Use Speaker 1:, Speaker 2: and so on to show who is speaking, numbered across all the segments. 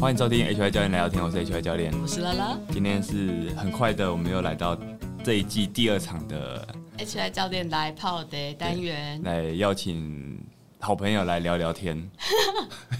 Speaker 1: 欢迎收听 HY 教练来聊天，我是 HY 教练。
Speaker 2: 我是拉拉
Speaker 1: 今天是很快的，我们又来到这一季第二场的，
Speaker 2: ，H I 教练来泡的单元。
Speaker 1: 来邀请好朋友来聊聊天。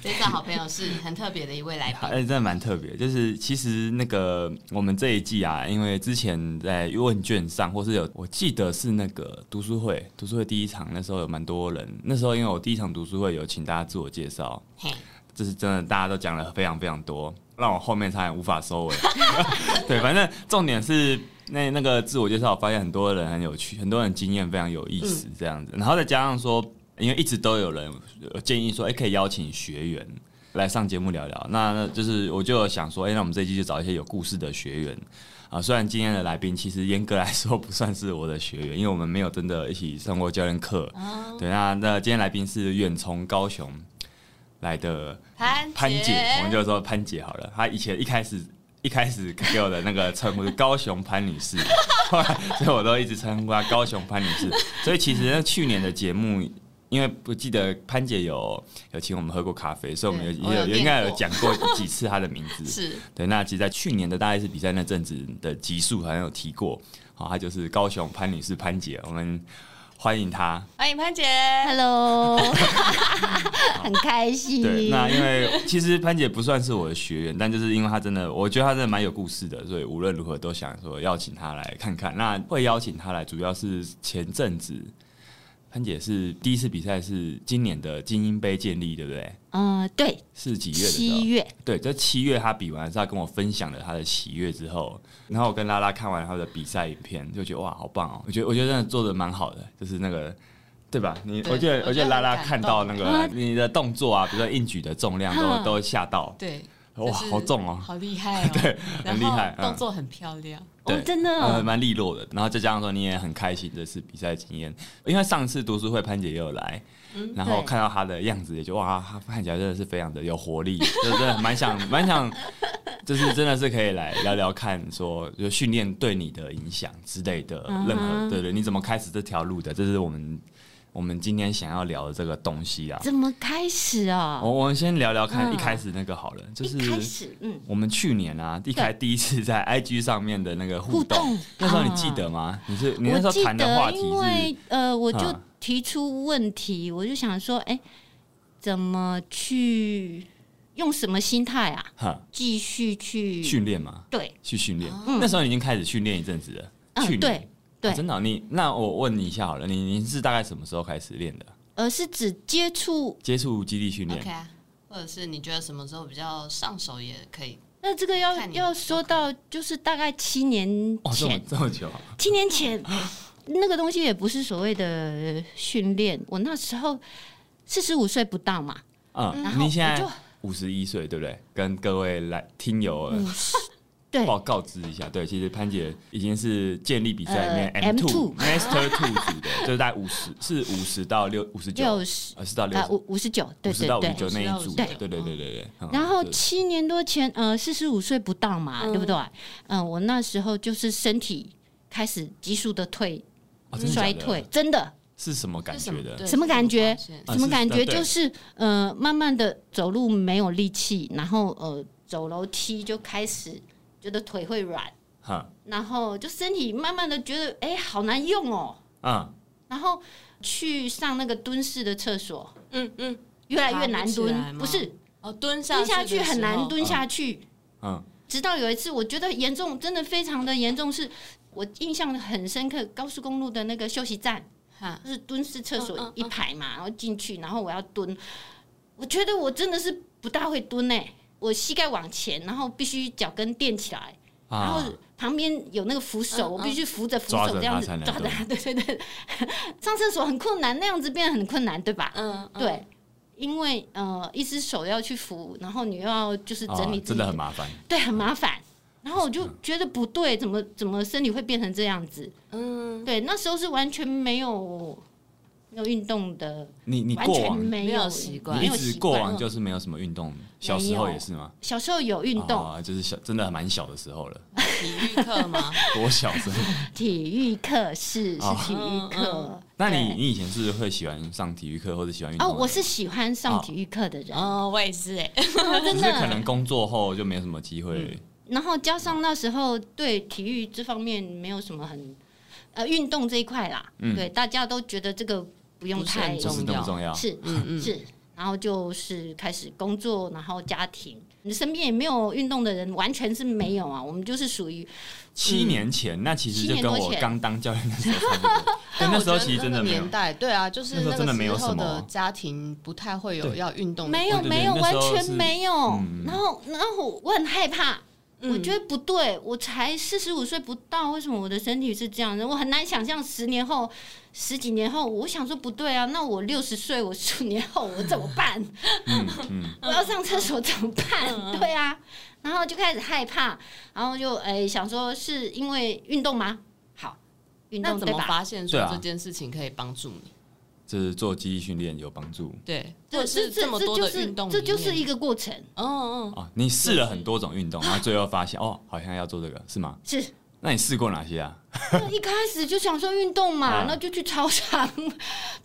Speaker 2: 这次的好朋友是很特别的一位来
Speaker 1: 哎、
Speaker 2: 宾，
Speaker 1: 真的蛮特别。就是其实那个我们这一季啊，因为之前在问卷上，或是有我记得是那个读书会，读书会第一场那时候有蛮多人。那时候因为我第一场读书会有请大家自我介绍，
Speaker 2: 嘿，
Speaker 1: 这是真的，大家都讲了非常非常多，让我后面差点无法收尾。 对，反正重点是那那个自我介绍，我发现很多人很有趣，很多人经验非常有意思这样子，然后再加上说，因为一直都有人有建议说，哎、可以邀请学员。来上节目聊聊，那那就是我就有想说，哎、那我们这一期就找一些有故事的学员啊。虽然今天的来宾其实严格来说不算是我的学员，因为我们没有真的一起上过教练课。对，那那今天来宾是远从高雄来的
Speaker 2: 潘
Speaker 1: 潘姐，我们就说潘姐好了。她以前一开始一开始给我的那个称呼是高雄潘 女士，后来所以我都一直称呼她高雄潘女士。所以其实那去年的节目。因为我记得潘姐有有请我们喝过咖啡，所以我们有
Speaker 2: 对我有
Speaker 1: 有
Speaker 2: 念
Speaker 1: 应该有
Speaker 2: 过
Speaker 1: 讲过几次她的名 字。
Speaker 2: 是
Speaker 1: 对，那其实，在去年的大概是比赛那阵子的集数好像有提过，好、她就是高雄潘女士潘姐，我们欢迎她。
Speaker 2: 欢迎潘姐。
Speaker 3: Hello，很开心。
Speaker 1: 对，那因为其实潘姐不算是我的学员，但就是因为她真的，我觉得她真的蛮有故事的，所以无论如何都想说邀请她来看看。那会邀请她来，主要是前阵子潘姐是第一次比赛是今年的精英杯建立，对不对？
Speaker 3: 嗯，对，
Speaker 1: 是几月的时候
Speaker 3: 七？月，
Speaker 1: 对，这七月他比完，是他跟我分享了他的喜悦之后，然后我跟拉拉看完他的比赛影片，就觉得哇，好棒哦！我觉得我觉得真的做的蛮好的，就是那个。对吧？你
Speaker 2: 对
Speaker 1: 我觉得，
Speaker 2: 我
Speaker 1: 我
Speaker 2: 觉
Speaker 1: 觉
Speaker 2: 得
Speaker 1: 得拉拉
Speaker 2: 很感
Speaker 1: 看到那
Speaker 3: 动
Speaker 1: 个
Speaker 3: 啊
Speaker 1: 你的动作啊，比如说硬举的重量都
Speaker 3: 嗯
Speaker 1: 都吓到，
Speaker 2: 对，
Speaker 1: 哇，
Speaker 2: 就是
Speaker 1: 好重哦！
Speaker 2: 好厉 害哦，对，
Speaker 1: 很厉害嗯
Speaker 2: 动作很漂亮，
Speaker 1: 对
Speaker 3: 哦，真的
Speaker 1: 呃，蛮利落的。然后再加上说你也很开心这次比赛经验，因为上次读书会潘姐也有来，然后
Speaker 3: 对
Speaker 1: 看到她的样子，也就哇，她看起来真的是非常的有活力， 就真的蛮想蛮想，就是真的是可以来聊聊看说，就训练对你的影响之类的，
Speaker 3: 嗯哼
Speaker 1: 任何对对，你怎么开始这条路的？这是我们我们今天想要聊的这个东西啊。
Speaker 3: 怎么开始啊
Speaker 1: 我？我们先聊聊看
Speaker 3: 嗯
Speaker 1: 一开始那个好了，哦就是
Speaker 3: 一开始，嗯，
Speaker 1: 我们去年啊，一开第一次在 IG 上面的那个互动，
Speaker 3: 互动啊
Speaker 1: 那时候你记得吗？你是你那时候
Speaker 3: 我记
Speaker 1: 谈的话
Speaker 3: 得，
Speaker 1: 题
Speaker 3: 因
Speaker 1: 是嗯
Speaker 3: 为呃，我就
Speaker 1: 啊
Speaker 3: 提出问题，我就想说，哎，怎么去用什么心态啊？
Speaker 1: 哈
Speaker 3: 继续去
Speaker 1: 训练嘛，
Speaker 3: 对，
Speaker 1: 去训练。
Speaker 3: 嗯
Speaker 1: 那时候你已经开始训练一阵子了，去年
Speaker 3: 嗯，对，
Speaker 1: 啊真的哦、你那我问你一下好了，你你是大概什么时候开始练的？
Speaker 3: 而是指接触。
Speaker 1: 接触基地训练
Speaker 2: OK 啊，或者是你觉得什么时候比较上手也可以，
Speaker 3: 那这个要
Speaker 2: 看你
Speaker 3: 要说到，就是大概七年
Speaker 1: 哦，这
Speaker 3: 前
Speaker 1: 么，这么久啊，
Speaker 3: 七年前，那个东西也不是所谓的训练。我那时候四十五岁不到嘛，然
Speaker 1: 嗯，
Speaker 3: 后
Speaker 1: 你现
Speaker 3: 我
Speaker 1: 在
Speaker 3: 就
Speaker 1: 五十一岁，对不对？跟各位来听友呃
Speaker 3: 五十，对
Speaker 1: 报告知一下，对，其实潘姐已经是建立比赛里面
Speaker 3: 呃
Speaker 1: M two
Speaker 3: M2
Speaker 1: Master Two 组的，就是大概五十是五十到六五十九
Speaker 3: 六，十
Speaker 1: 呃，是到六
Speaker 3: 啊五五十九，
Speaker 1: 五
Speaker 3: 对
Speaker 1: 十
Speaker 3: 对
Speaker 1: 到五十
Speaker 3: 对。
Speaker 1: 九那一组，
Speaker 2: 对
Speaker 1: 对对对对对。嗯
Speaker 3: 然后
Speaker 1: 对
Speaker 3: 七年多前，呃，四十五岁不到嘛，对不对？嗯，我那时候就是身体开始急速的退
Speaker 1: 哦真的假的
Speaker 3: 衰退，真的
Speaker 1: 是什么感觉的？
Speaker 2: 对
Speaker 3: 什么感觉
Speaker 2: 是有发现
Speaker 1: 啊
Speaker 3: 什么感
Speaker 1: 是
Speaker 3: 觉？
Speaker 1: 啊对
Speaker 3: 就是呃，慢慢的走路没有力气，然后呃，走楼梯就开始觉得腿会软，
Speaker 1: 哈，
Speaker 3: 然后就身体慢慢的觉得哎，好难用哦。
Speaker 1: 嗯，
Speaker 3: 然后去上那个蹲式的厕所，
Speaker 2: 嗯嗯，
Speaker 3: 越来越难
Speaker 2: 爬不起来
Speaker 3: 蹲，
Speaker 2: 吗
Speaker 3: 不是
Speaker 2: 哦，蹲下
Speaker 3: 蹲下去
Speaker 2: 的时候
Speaker 3: 很难，蹲下去。
Speaker 1: 嗯，
Speaker 3: 直到有一次，我觉得严重，真的非常的严重，是我印象很深刻。高速公路的那个休息站，
Speaker 2: 哈，
Speaker 3: 就是蹲式
Speaker 2: 嗯
Speaker 3: 厕
Speaker 2: 嗯
Speaker 3: 所
Speaker 2: 嗯
Speaker 3: 一排嘛，然后进去，然后我要蹲，我觉得我真的是不大会蹲诶、我膝盖往前，然后必须脚跟垫起来，然后
Speaker 1: 啊，
Speaker 3: 旁边有那个扶手，
Speaker 2: 嗯
Speaker 3: 我必须扶着扶
Speaker 1: 抓
Speaker 3: 手
Speaker 1: 着
Speaker 3: 这
Speaker 1: 它
Speaker 3: 样子
Speaker 1: 才能
Speaker 3: 抓着它， 对对对。上厕所很困难，那样子变得很困难，对吧？
Speaker 2: 嗯，嗯，
Speaker 3: 对，因为呃，一只手要去扶，然后你又要就是整理
Speaker 1: 哦真
Speaker 3: 自己，
Speaker 1: 的很麻烦。
Speaker 3: 对，很麻烦。然后我就觉得不对，怎么怎么身体会变成这样子？
Speaker 2: 嗯，
Speaker 3: 对，那时候是完全没有没有运动的，
Speaker 1: 你你
Speaker 3: 完
Speaker 1: 过
Speaker 3: 全
Speaker 1: 往
Speaker 3: 没
Speaker 2: 没
Speaker 3: 有
Speaker 2: 有习惯
Speaker 1: 你
Speaker 3: 没
Speaker 1: 一
Speaker 3: 有
Speaker 1: 直
Speaker 3: 习
Speaker 1: 过
Speaker 3: 惯
Speaker 1: 往
Speaker 3: 嗯
Speaker 1: 就是没有什么运动，小时候也是吗？
Speaker 3: 小时候有运动，
Speaker 1: 啊，就是小真的蛮小的时候了，
Speaker 2: 体育课 吗？
Speaker 1: 多小时候？
Speaker 3: 体育课是是
Speaker 1: 哦
Speaker 3: 体育
Speaker 2: 嗯
Speaker 3: 课。
Speaker 1: 那你
Speaker 3: 对
Speaker 1: 你以前是会喜欢上体育课或者喜欢运动
Speaker 3: 哦，
Speaker 1: 的人？
Speaker 3: 我是喜欢上
Speaker 1: 哦
Speaker 3: 体育课的人，
Speaker 2: 哦，我也是哎，
Speaker 1: 只
Speaker 3: 哦真
Speaker 1: 是欸可能
Speaker 3: 的。嗯
Speaker 1: 工作后就没有什么机会了。
Speaker 3: 然后加上那时候对体育这方面没有什么很呃运动这一块啦，
Speaker 1: 嗯
Speaker 3: 对大家都觉得这个不用
Speaker 2: 不是很
Speaker 3: 太
Speaker 1: 不是那么重要，
Speaker 3: 是
Speaker 2: 嗯嗯，
Speaker 3: 是，然后就是开始工作，然后家庭，你身边也没有运动的人，完全是没有啊。我们就是属于
Speaker 1: 七年前，那其实就跟
Speaker 3: 七年
Speaker 1: 我
Speaker 3: 多前
Speaker 1: 刚当教练的时候差不多。对，
Speaker 4: 但
Speaker 1: 那
Speaker 4: 我
Speaker 1: 时
Speaker 4: 觉
Speaker 3: 哦
Speaker 1: 候
Speaker 4: 得
Speaker 1: 其实真的
Speaker 4: 那个
Speaker 1: 没有
Speaker 4: 年，代，对啊，就是
Speaker 1: 那时候
Speaker 4: 那
Speaker 1: 真的
Speaker 4: 个
Speaker 1: 没有
Speaker 4: 时候
Speaker 1: 什么
Speaker 4: 的家庭不太会有
Speaker 1: 对
Speaker 4: 要运动的
Speaker 3: 没有
Speaker 1: 对对对
Speaker 3: 没有
Speaker 1: 那
Speaker 3: 完
Speaker 1: 时候
Speaker 3: 全
Speaker 1: 是
Speaker 3: 没有
Speaker 1: 嗯。
Speaker 3: 然后然后我我很害怕，
Speaker 2: 嗯
Speaker 3: 我觉得不对，我才四十五岁不到，为什么我的身体是这样的？我很难想象十年后、十几年后，我想说不对啊，那我六十岁，我十五年后我怎么 办？
Speaker 1: 嗯嗯，
Speaker 3: 我要上厕所怎么
Speaker 2: 嗯
Speaker 3: 办？对啊，然后就开始害怕，然后就哎、想说是因为运动吗？好，运
Speaker 2: 那
Speaker 3: 动
Speaker 2: 怎
Speaker 3: 对
Speaker 2: 么
Speaker 3: 吧？
Speaker 2: 发现说
Speaker 1: 对啊
Speaker 2: 这件事情可以帮助你？
Speaker 1: 就是做记忆训练有帮助
Speaker 2: 对，或
Speaker 3: 这
Speaker 2: 者
Speaker 3: 这
Speaker 2: 是
Speaker 3: 这
Speaker 2: 么
Speaker 3: 这
Speaker 2: 多
Speaker 3: 就
Speaker 2: 的
Speaker 3: 是
Speaker 2: 运动里
Speaker 3: 这
Speaker 2: 面，
Speaker 3: 就是一个过程，
Speaker 2: 嗯嗯，
Speaker 1: 哦。你试了很多种运动，然后最后发现哦，好像要做这个是吗？
Speaker 3: 是
Speaker 1: 那你试过哪些啊？
Speaker 3: 就一开始就想说运动嘛
Speaker 1: 啊，
Speaker 3: 那就去操场，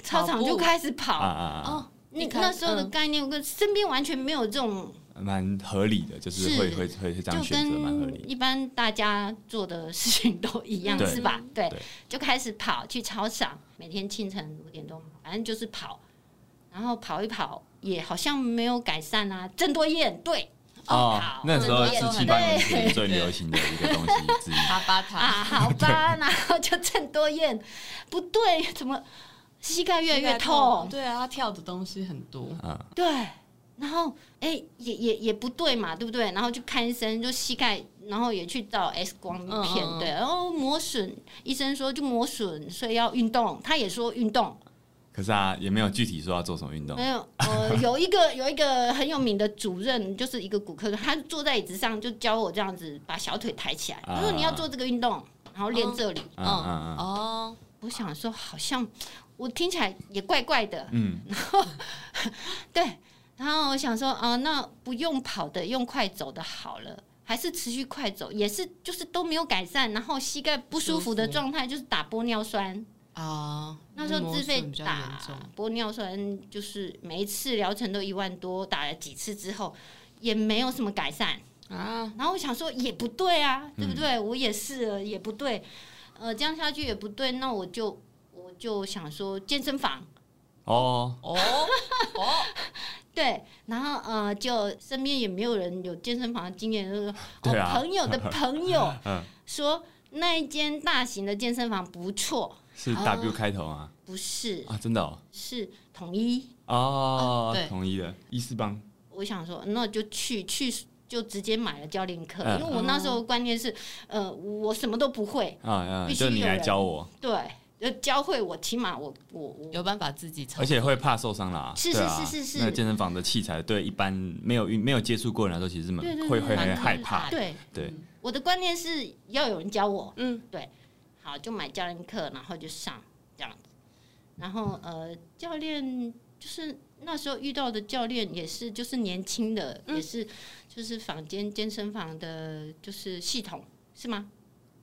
Speaker 3: 操场就开始
Speaker 1: 啊
Speaker 3: 跑。
Speaker 1: 啊啊，
Speaker 3: 那
Speaker 2: 一开
Speaker 3: 那时候的
Speaker 2: 嗯
Speaker 3: 概念，跟身边完全没有这种，
Speaker 1: 蛮合理的，就是
Speaker 3: 是
Speaker 1: 会会会会这样
Speaker 3: 就
Speaker 1: 选择，蛮合
Speaker 3: 跟
Speaker 1: 理。
Speaker 3: 一般大家做的事情都一样，
Speaker 1: 对
Speaker 3: 是吧？对
Speaker 1: 对，
Speaker 3: 就开始跑去操场，每天清晨五点多，反正就是跑，然后跑一跑，也好像没有改善啊。郑多燕，对
Speaker 1: 哦
Speaker 3: 好，
Speaker 1: 那时候是七八年前
Speaker 3: 对
Speaker 1: 最流行的一个东西之一。
Speaker 2: 巴巴塔，
Speaker 3: 啊，好吧，然后就郑多燕，不对，怎么膝盖越来越痛？
Speaker 2: 对啊，他跳的东西很多，
Speaker 1: 嗯，
Speaker 3: 对，然后哎、也也也不对嘛，对不对？然后就看医生，就膝盖，然后也去照 X 光片，
Speaker 2: 嗯嗯嗯
Speaker 3: 对，然后磨损，医生说就磨损，所以要运动，他也说运动，
Speaker 1: 可是啊，也没有具体说要做什么运
Speaker 2: 嗯
Speaker 1: 动
Speaker 3: 没有，呃，有一个 有一个很有名的主任，就是一个骨科的，他坐在椅子上就教我这样子把小腿抬起来，他说
Speaker 1: 啊
Speaker 3: 你要做这个运动，然后练这里。
Speaker 1: 嗯嗯嗯
Speaker 2: 哦，
Speaker 3: 我想说，好像我听起来也怪怪的，
Speaker 1: 嗯，
Speaker 3: 对，然后我想说，啊、那不用跑的，用快走的好了，还是持续快走，也是就是都没有改善，然后膝盖不舒服的
Speaker 2: 舒服
Speaker 3: 状态就是打玻尿酸，
Speaker 2: 啊，
Speaker 3: 那时候自
Speaker 2: 磨
Speaker 3: 费
Speaker 2: 损比较严
Speaker 3: 打
Speaker 2: 重，
Speaker 3: 玻尿酸，就是每一次疗程都一万多，打了几次之后也没有什么改善，
Speaker 2: 啊，
Speaker 3: 然后我想说也不对啊，
Speaker 1: 嗯
Speaker 3: 对不对？我也是了，也不对，呃，这样下去也不对，那我就我就想说健身房。
Speaker 1: 哦，
Speaker 2: 哦哦，
Speaker 3: 对，然后呃，就身边也没有人有健身房的经验，就是说
Speaker 1: 对啊
Speaker 3: 哦、朋友的朋友
Speaker 1: 嗯
Speaker 3: 说那一间大型的健身房不错，
Speaker 1: 是 W 开头啊
Speaker 3: 不是
Speaker 1: 啊，真的哦
Speaker 3: 是统一。
Speaker 1: 哦
Speaker 2: 啊，对
Speaker 1: 同意的，伊斯邦
Speaker 3: 我想说，那就去去就直接买了教练课，
Speaker 1: 嗯
Speaker 3: 因为我那时候观念是，呃，我什么都不会，
Speaker 1: 啊啊，
Speaker 3: 必须
Speaker 1: 就你
Speaker 3: 有
Speaker 1: 来
Speaker 3: 人
Speaker 1: 教我，
Speaker 3: 对，呃，教会我，起码我我我
Speaker 2: 有办法自己操
Speaker 1: 而，且会怕受伤啦。
Speaker 3: 是
Speaker 1: 对啊
Speaker 3: 是是是是
Speaker 1: 那健身房的器材对一般没有运没有接触过的人来说，其实蛮
Speaker 3: 对对对
Speaker 1: 会会
Speaker 3: 蛮
Speaker 1: 很
Speaker 3: 可
Speaker 1: 害怕。
Speaker 3: 对
Speaker 1: 对，
Speaker 3: 我的观念是要有人教我，
Speaker 2: 嗯，
Speaker 3: 好，就买教练课，然后就上这样子。然后呃，教练就是那时候遇到的教练也是，就是年轻的，也是就是坊间健身房的，就是系统是吗？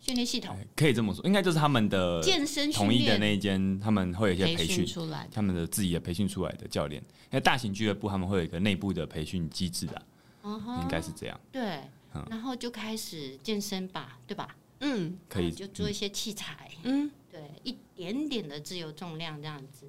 Speaker 3: 训练系统，
Speaker 1: 哎可以这么说，应该就是他们的
Speaker 3: 嗯健身训
Speaker 1: 统一的
Speaker 3: 练
Speaker 1: 那一间，他们会有一些
Speaker 2: 培
Speaker 1: 培
Speaker 2: 训
Speaker 1: 训，
Speaker 2: 出来的，
Speaker 1: 他们的自己的培训出来的教练。那大型俱乐部他们会有一个内部的培训机制啊，
Speaker 3: 嗯哼，
Speaker 1: 应该是这样，
Speaker 3: 对
Speaker 1: 嗯。
Speaker 3: 然后就开始健身吧，对吧？
Speaker 2: 嗯
Speaker 1: 可以
Speaker 3: 就做一些器材，
Speaker 2: 嗯，
Speaker 3: 对，一点点的自由重量这样子，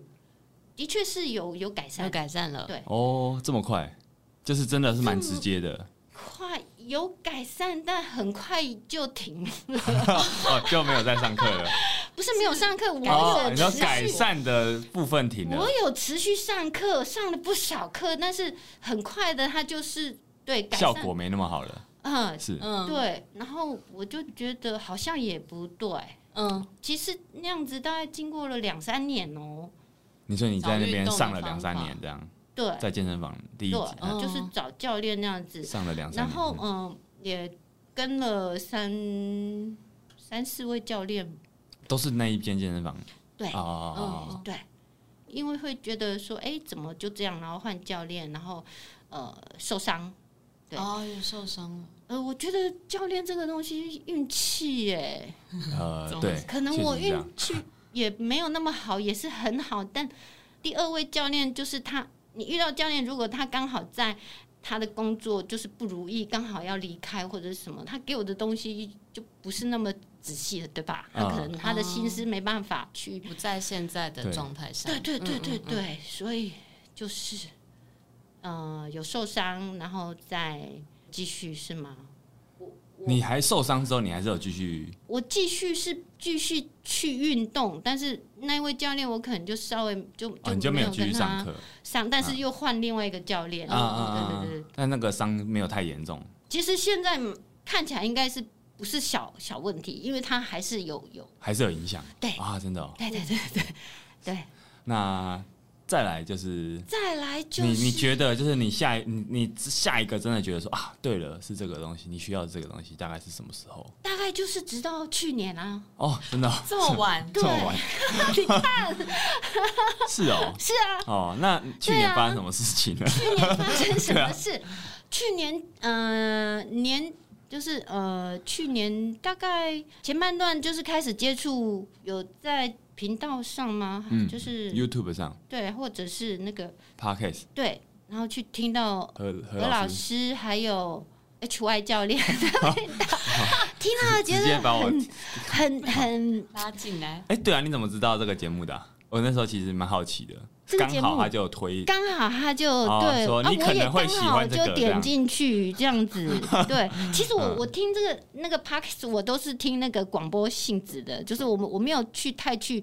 Speaker 3: 的确是有有改
Speaker 2: 有
Speaker 3: 善，
Speaker 2: 改善了，
Speaker 3: 对
Speaker 1: 哦，这么快，就是真的是蛮直接的，
Speaker 3: 快有改善，但很快就停
Speaker 1: 哦，就没有再上课了。
Speaker 3: 不是没有上课，我
Speaker 1: 哦，
Speaker 3: 有
Speaker 1: 你
Speaker 3: 持
Speaker 1: 说
Speaker 3: 续，
Speaker 1: 改善的部分停了
Speaker 3: 我，有持续上课，上了不少课，但是很快的，它就是对改善
Speaker 1: 效，果没那么好了，
Speaker 3: 嗯，
Speaker 1: 是
Speaker 2: 嗯
Speaker 3: 对，然后我就觉得好像也不对。
Speaker 1: 哦
Speaker 2: 嗯，
Speaker 3: 其实那样子大概经过了两三年哦、
Speaker 1: 你说你在那
Speaker 2: 找运
Speaker 1: 边
Speaker 2: 动的
Speaker 1: 上了两三
Speaker 2: 方法
Speaker 1: 年这样，
Speaker 3: 对
Speaker 1: 在健身房第一
Speaker 3: 对
Speaker 1: 集、
Speaker 2: 嗯
Speaker 3: 就是找教练那样子，
Speaker 1: 上了两三
Speaker 3: 然
Speaker 1: 年，
Speaker 3: 后嗯，也跟了三三四位教练，
Speaker 1: 都是那一间健身房。
Speaker 3: 对
Speaker 1: 哦哦哦哦
Speaker 2: 嗯
Speaker 3: 对，因为会觉得说，哎，怎么就这样？然后换教练，然后呃受伤。对
Speaker 2: 哦，有受伤了，
Speaker 3: 呃，我觉得教练这个东西运气耶，
Speaker 1: 呃
Speaker 2: 怎，么
Speaker 1: 对，
Speaker 3: 嗯可能
Speaker 1: 确实
Speaker 3: 我
Speaker 1: 是这
Speaker 3: 运
Speaker 1: 样
Speaker 3: 气也没有那么好，也是很好。但第二位教练就是他，你遇到教练，如果他刚好在他的工作就是不如意，刚好要离开或者是什么，他给我的东西就不是那么仔细了，对吧？他
Speaker 1: 啊
Speaker 3: 可能他的心思没办法去
Speaker 2: 不在现在的
Speaker 1: 对
Speaker 2: 状态上。
Speaker 3: 对对对
Speaker 2: 嗯
Speaker 3: 对
Speaker 2: 嗯嗯
Speaker 3: 对，所以就是，呃，有受伤，然后再继续是吗？
Speaker 1: 你还受伤之后，你还是有继续
Speaker 3: 我继续是继续去运动，但是那一位教练我可能就稍微就
Speaker 1: 哦，你就没有
Speaker 3: 有
Speaker 1: 继续
Speaker 3: 跟
Speaker 1: 上
Speaker 3: 他
Speaker 1: 课
Speaker 3: 上，但是又换另外一个教练。
Speaker 1: 啊啊啊！
Speaker 3: 对
Speaker 1: 啊
Speaker 3: 对对，
Speaker 1: 但那个伤没有太严重，
Speaker 3: 其实现在看起来应该是不是小小问题，因为他还是有有
Speaker 1: 还是有影响。
Speaker 3: 对
Speaker 1: 啊，真的哦。
Speaker 3: 对对对对
Speaker 1: 嗯
Speaker 3: 对，
Speaker 1: 那再来就是
Speaker 3: 再来就
Speaker 1: 你你
Speaker 3: 是
Speaker 1: 觉得就是你下一你你下一个真的觉得说啊，对了，是这个东西，你需要这个东西，大概是什么时候？
Speaker 3: 大概就是直到去年啊，
Speaker 1: 哦，真的 哦、
Speaker 2: 这么晚，
Speaker 1: 这么晚，你看，是哦，
Speaker 3: 是啊，
Speaker 1: 哦，那去年发生什么事情呢？
Speaker 3: 去年发生什么事？去年，呃，年就是呃，去年大概前半段就是开始接触，有在频道上吗？
Speaker 1: 嗯
Speaker 3: 就是
Speaker 1: YouTube 上
Speaker 3: 对，或者是那个
Speaker 1: Podcast
Speaker 3: 对，然后去听到
Speaker 1: 何
Speaker 3: 何
Speaker 1: 何
Speaker 3: 老
Speaker 1: 老师
Speaker 3: 师还有 HY 教练听到觉
Speaker 1: 直接
Speaker 3: 得
Speaker 1: 把我，
Speaker 3: 很很
Speaker 2: 拉进来，
Speaker 1: 哎，对啊，你怎么知道这个节目的啊？我那时候其实蛮好奇的，
Speaker 3: 这个
Speaker 1: 刚
Speaker 3: 节目
Speaker 1: 好他就有推
Speaker 3: 刚好他就、
Speaker 1: 哦
Speaker 3: 对，
Speaker 1: 说
Speaker 3: 啊，
Speaker 1: 你
Speaker 3: 我
Speaker 1: 可
Speaker 3: 也
Speaker 1: 能会
Speaker 3: 刚
Speaker 1: 喜
Speaker 3: 好
Speaker 1: 欢这个
Speaker 3: 就
Speaker 1: 这样
Speaker 3: 点进去这 样子。对，其实我
Speaker 1: 嗯
Speaker 3: 我听这个那个 p o d c a s t 我都是听那个广播性质的，就是我们我没有去太去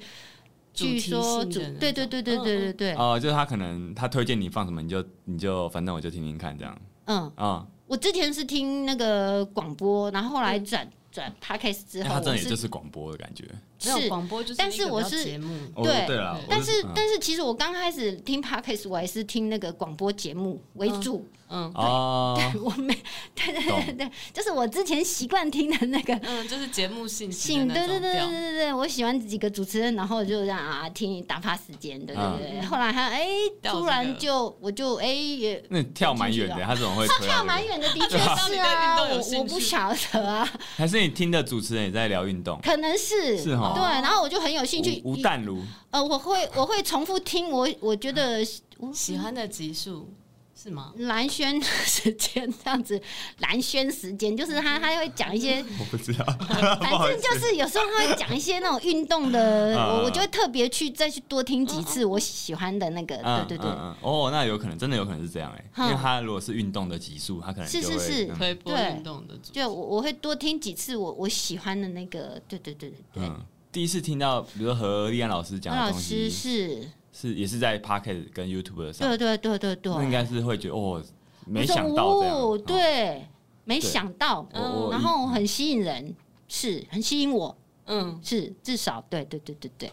Speaker 2: 主题
Speaker 3: 去说
Speaker 2: 性
Speaker 3: 主
Speaker 2: 的那，
Speaker 3: 对对
Speaker 2: 种嗯
Speaker 3: 对对对对对，
Speaker 1: 哦，就是他可能他推荐你放什么，你就你就反正我就听听看这样
Speaker 3: 嗯，
Speaker 1: 啊。
Speaker 3: 我之前是听那个广播，然后后来
Speaker 2: 嗯
Speaker 3: 转转 p o d c a s t 之
Speaker 1: 那
Speaker 3: 后，
Speaker 1: 哎他真
Speaker 3: 我
Speaker 1: 的也就是是广播的感觉。
Speaker 2: 没有
Speaker 3: 是
Speaker 2: 广播，就是
Speaker 3: 但是
Speaker 2: 一个
Speaker 3: 我
Speaker 2: 比较
Speaker 3: 是
Speaker 2: 节目，
Speaker 1: 哦
Speaker 3: 对
Speaker 1: 对啦，我
Speaker 3: 但是
Speaker 1: 嗯
Speaker 3: 但是其实我刚开始听 p o d c a s t 我还是听那个广播节目为
Speaker 2: 嗯
Speaker 3: 主，
Speaker 2: 嗯
Speaker 1: 哦，
Speaker 3: 我没对对对
Speaker 1: 懂
Speaker 3: 对，就是我之前习惯听的那个。
Speaker 2: 嗯，就是节目性质的
Speaker 3: 信，
Speaker 2: 那
Speaker 3: 对对
Speaker 2: 种
Speaker 3: 对
Speaker 2: 调
Speaker 3: 对对对，我喜欢几个主持人，然后就这样啊听打发时间，对对对。
Speaker 2: 嗯
Speaker 3: 后来他哎、
Speaker 2: 调这个
Speaker 3: 突然就我就哎、也
Speaker 1: 那你跳蛮远的，他怎么会推到这个
Speaker 3: 跳蛮？远的，的确
Speaker 2: 到底
Speaker 3: 是
Speaker 2: 对运
Speaker 3: 啊，
Speaker 2: 动有
Speaker 3: 我我
Speaker 2: 兴趣
Speaker 3: 不晓得啊，
Speaker 1: 还是你听的主持人也在聊运动？
Speaker 3: 可能是
Speaker 1: 是哦
Speaker 3: 对，然后我就很有兴趣，
Speaker 1: 吴吴淡如
Speaker 3: 呃，我会我会重复听我我觉得我
Speaker 2: 喜欢的集数是吗？
Speaker 3: 蓝轩时间这样子，蓝轩时间就是他他会讲一些
Speaker 1: 我不知道， 不好
Speaker 3: 反
Speaker 1: 意
Speaker 3: 正
Speaker 1: 思
Speaker 3: 就是有时候他会讲一些那种运动的，
Speaker 1: 嗯
Speaker 3: 我我就会特别去再去多听几次我喜欢的那个，
Speaker 1: 嗯
Speaker 3: 对对对
Speaker 1: 嗯，嗯哦，那有可能，真的有可能是这样哎、
Speaker 3: 哼
Speaker 1: 因为他如果是运动的级数，他可能
Speaker 3: 是
Speaker 1: 就会
Speaker 3: 是是
Speaker 1: 嗯
Speaker 2: 推波
Speaker 3: 对
Speaker 2: 运动的主
Speaker 3: 就我我会多听几次我我喜欢的那个，对对对对对。
Speaker 1: 嗯。第一次听到，比如说何立安老师讲
Speaker 3: 何
Speaker 1: 的
Speaker 3: 老
Speaker 1: 东西，
Speaker 3: 师是，
Speaker 1: 是也是在 Pocket 跟 YouTube 上，
Speaker 3: 对对对对对，
Speaker 1: 那应该是会觉得哦，没想到这
Speaker 3: 我说
Speaker 1: 样，
Speaker 3: 哦
Speaker 1: 哦，
Speaker 3: 对，没想到，嗯
Speaker 1: 我我
Speaker 3: 然后很吸引人，是很吸引我，
Speaker 2: 嗯，
Speaker 3: 是至少对对对对对。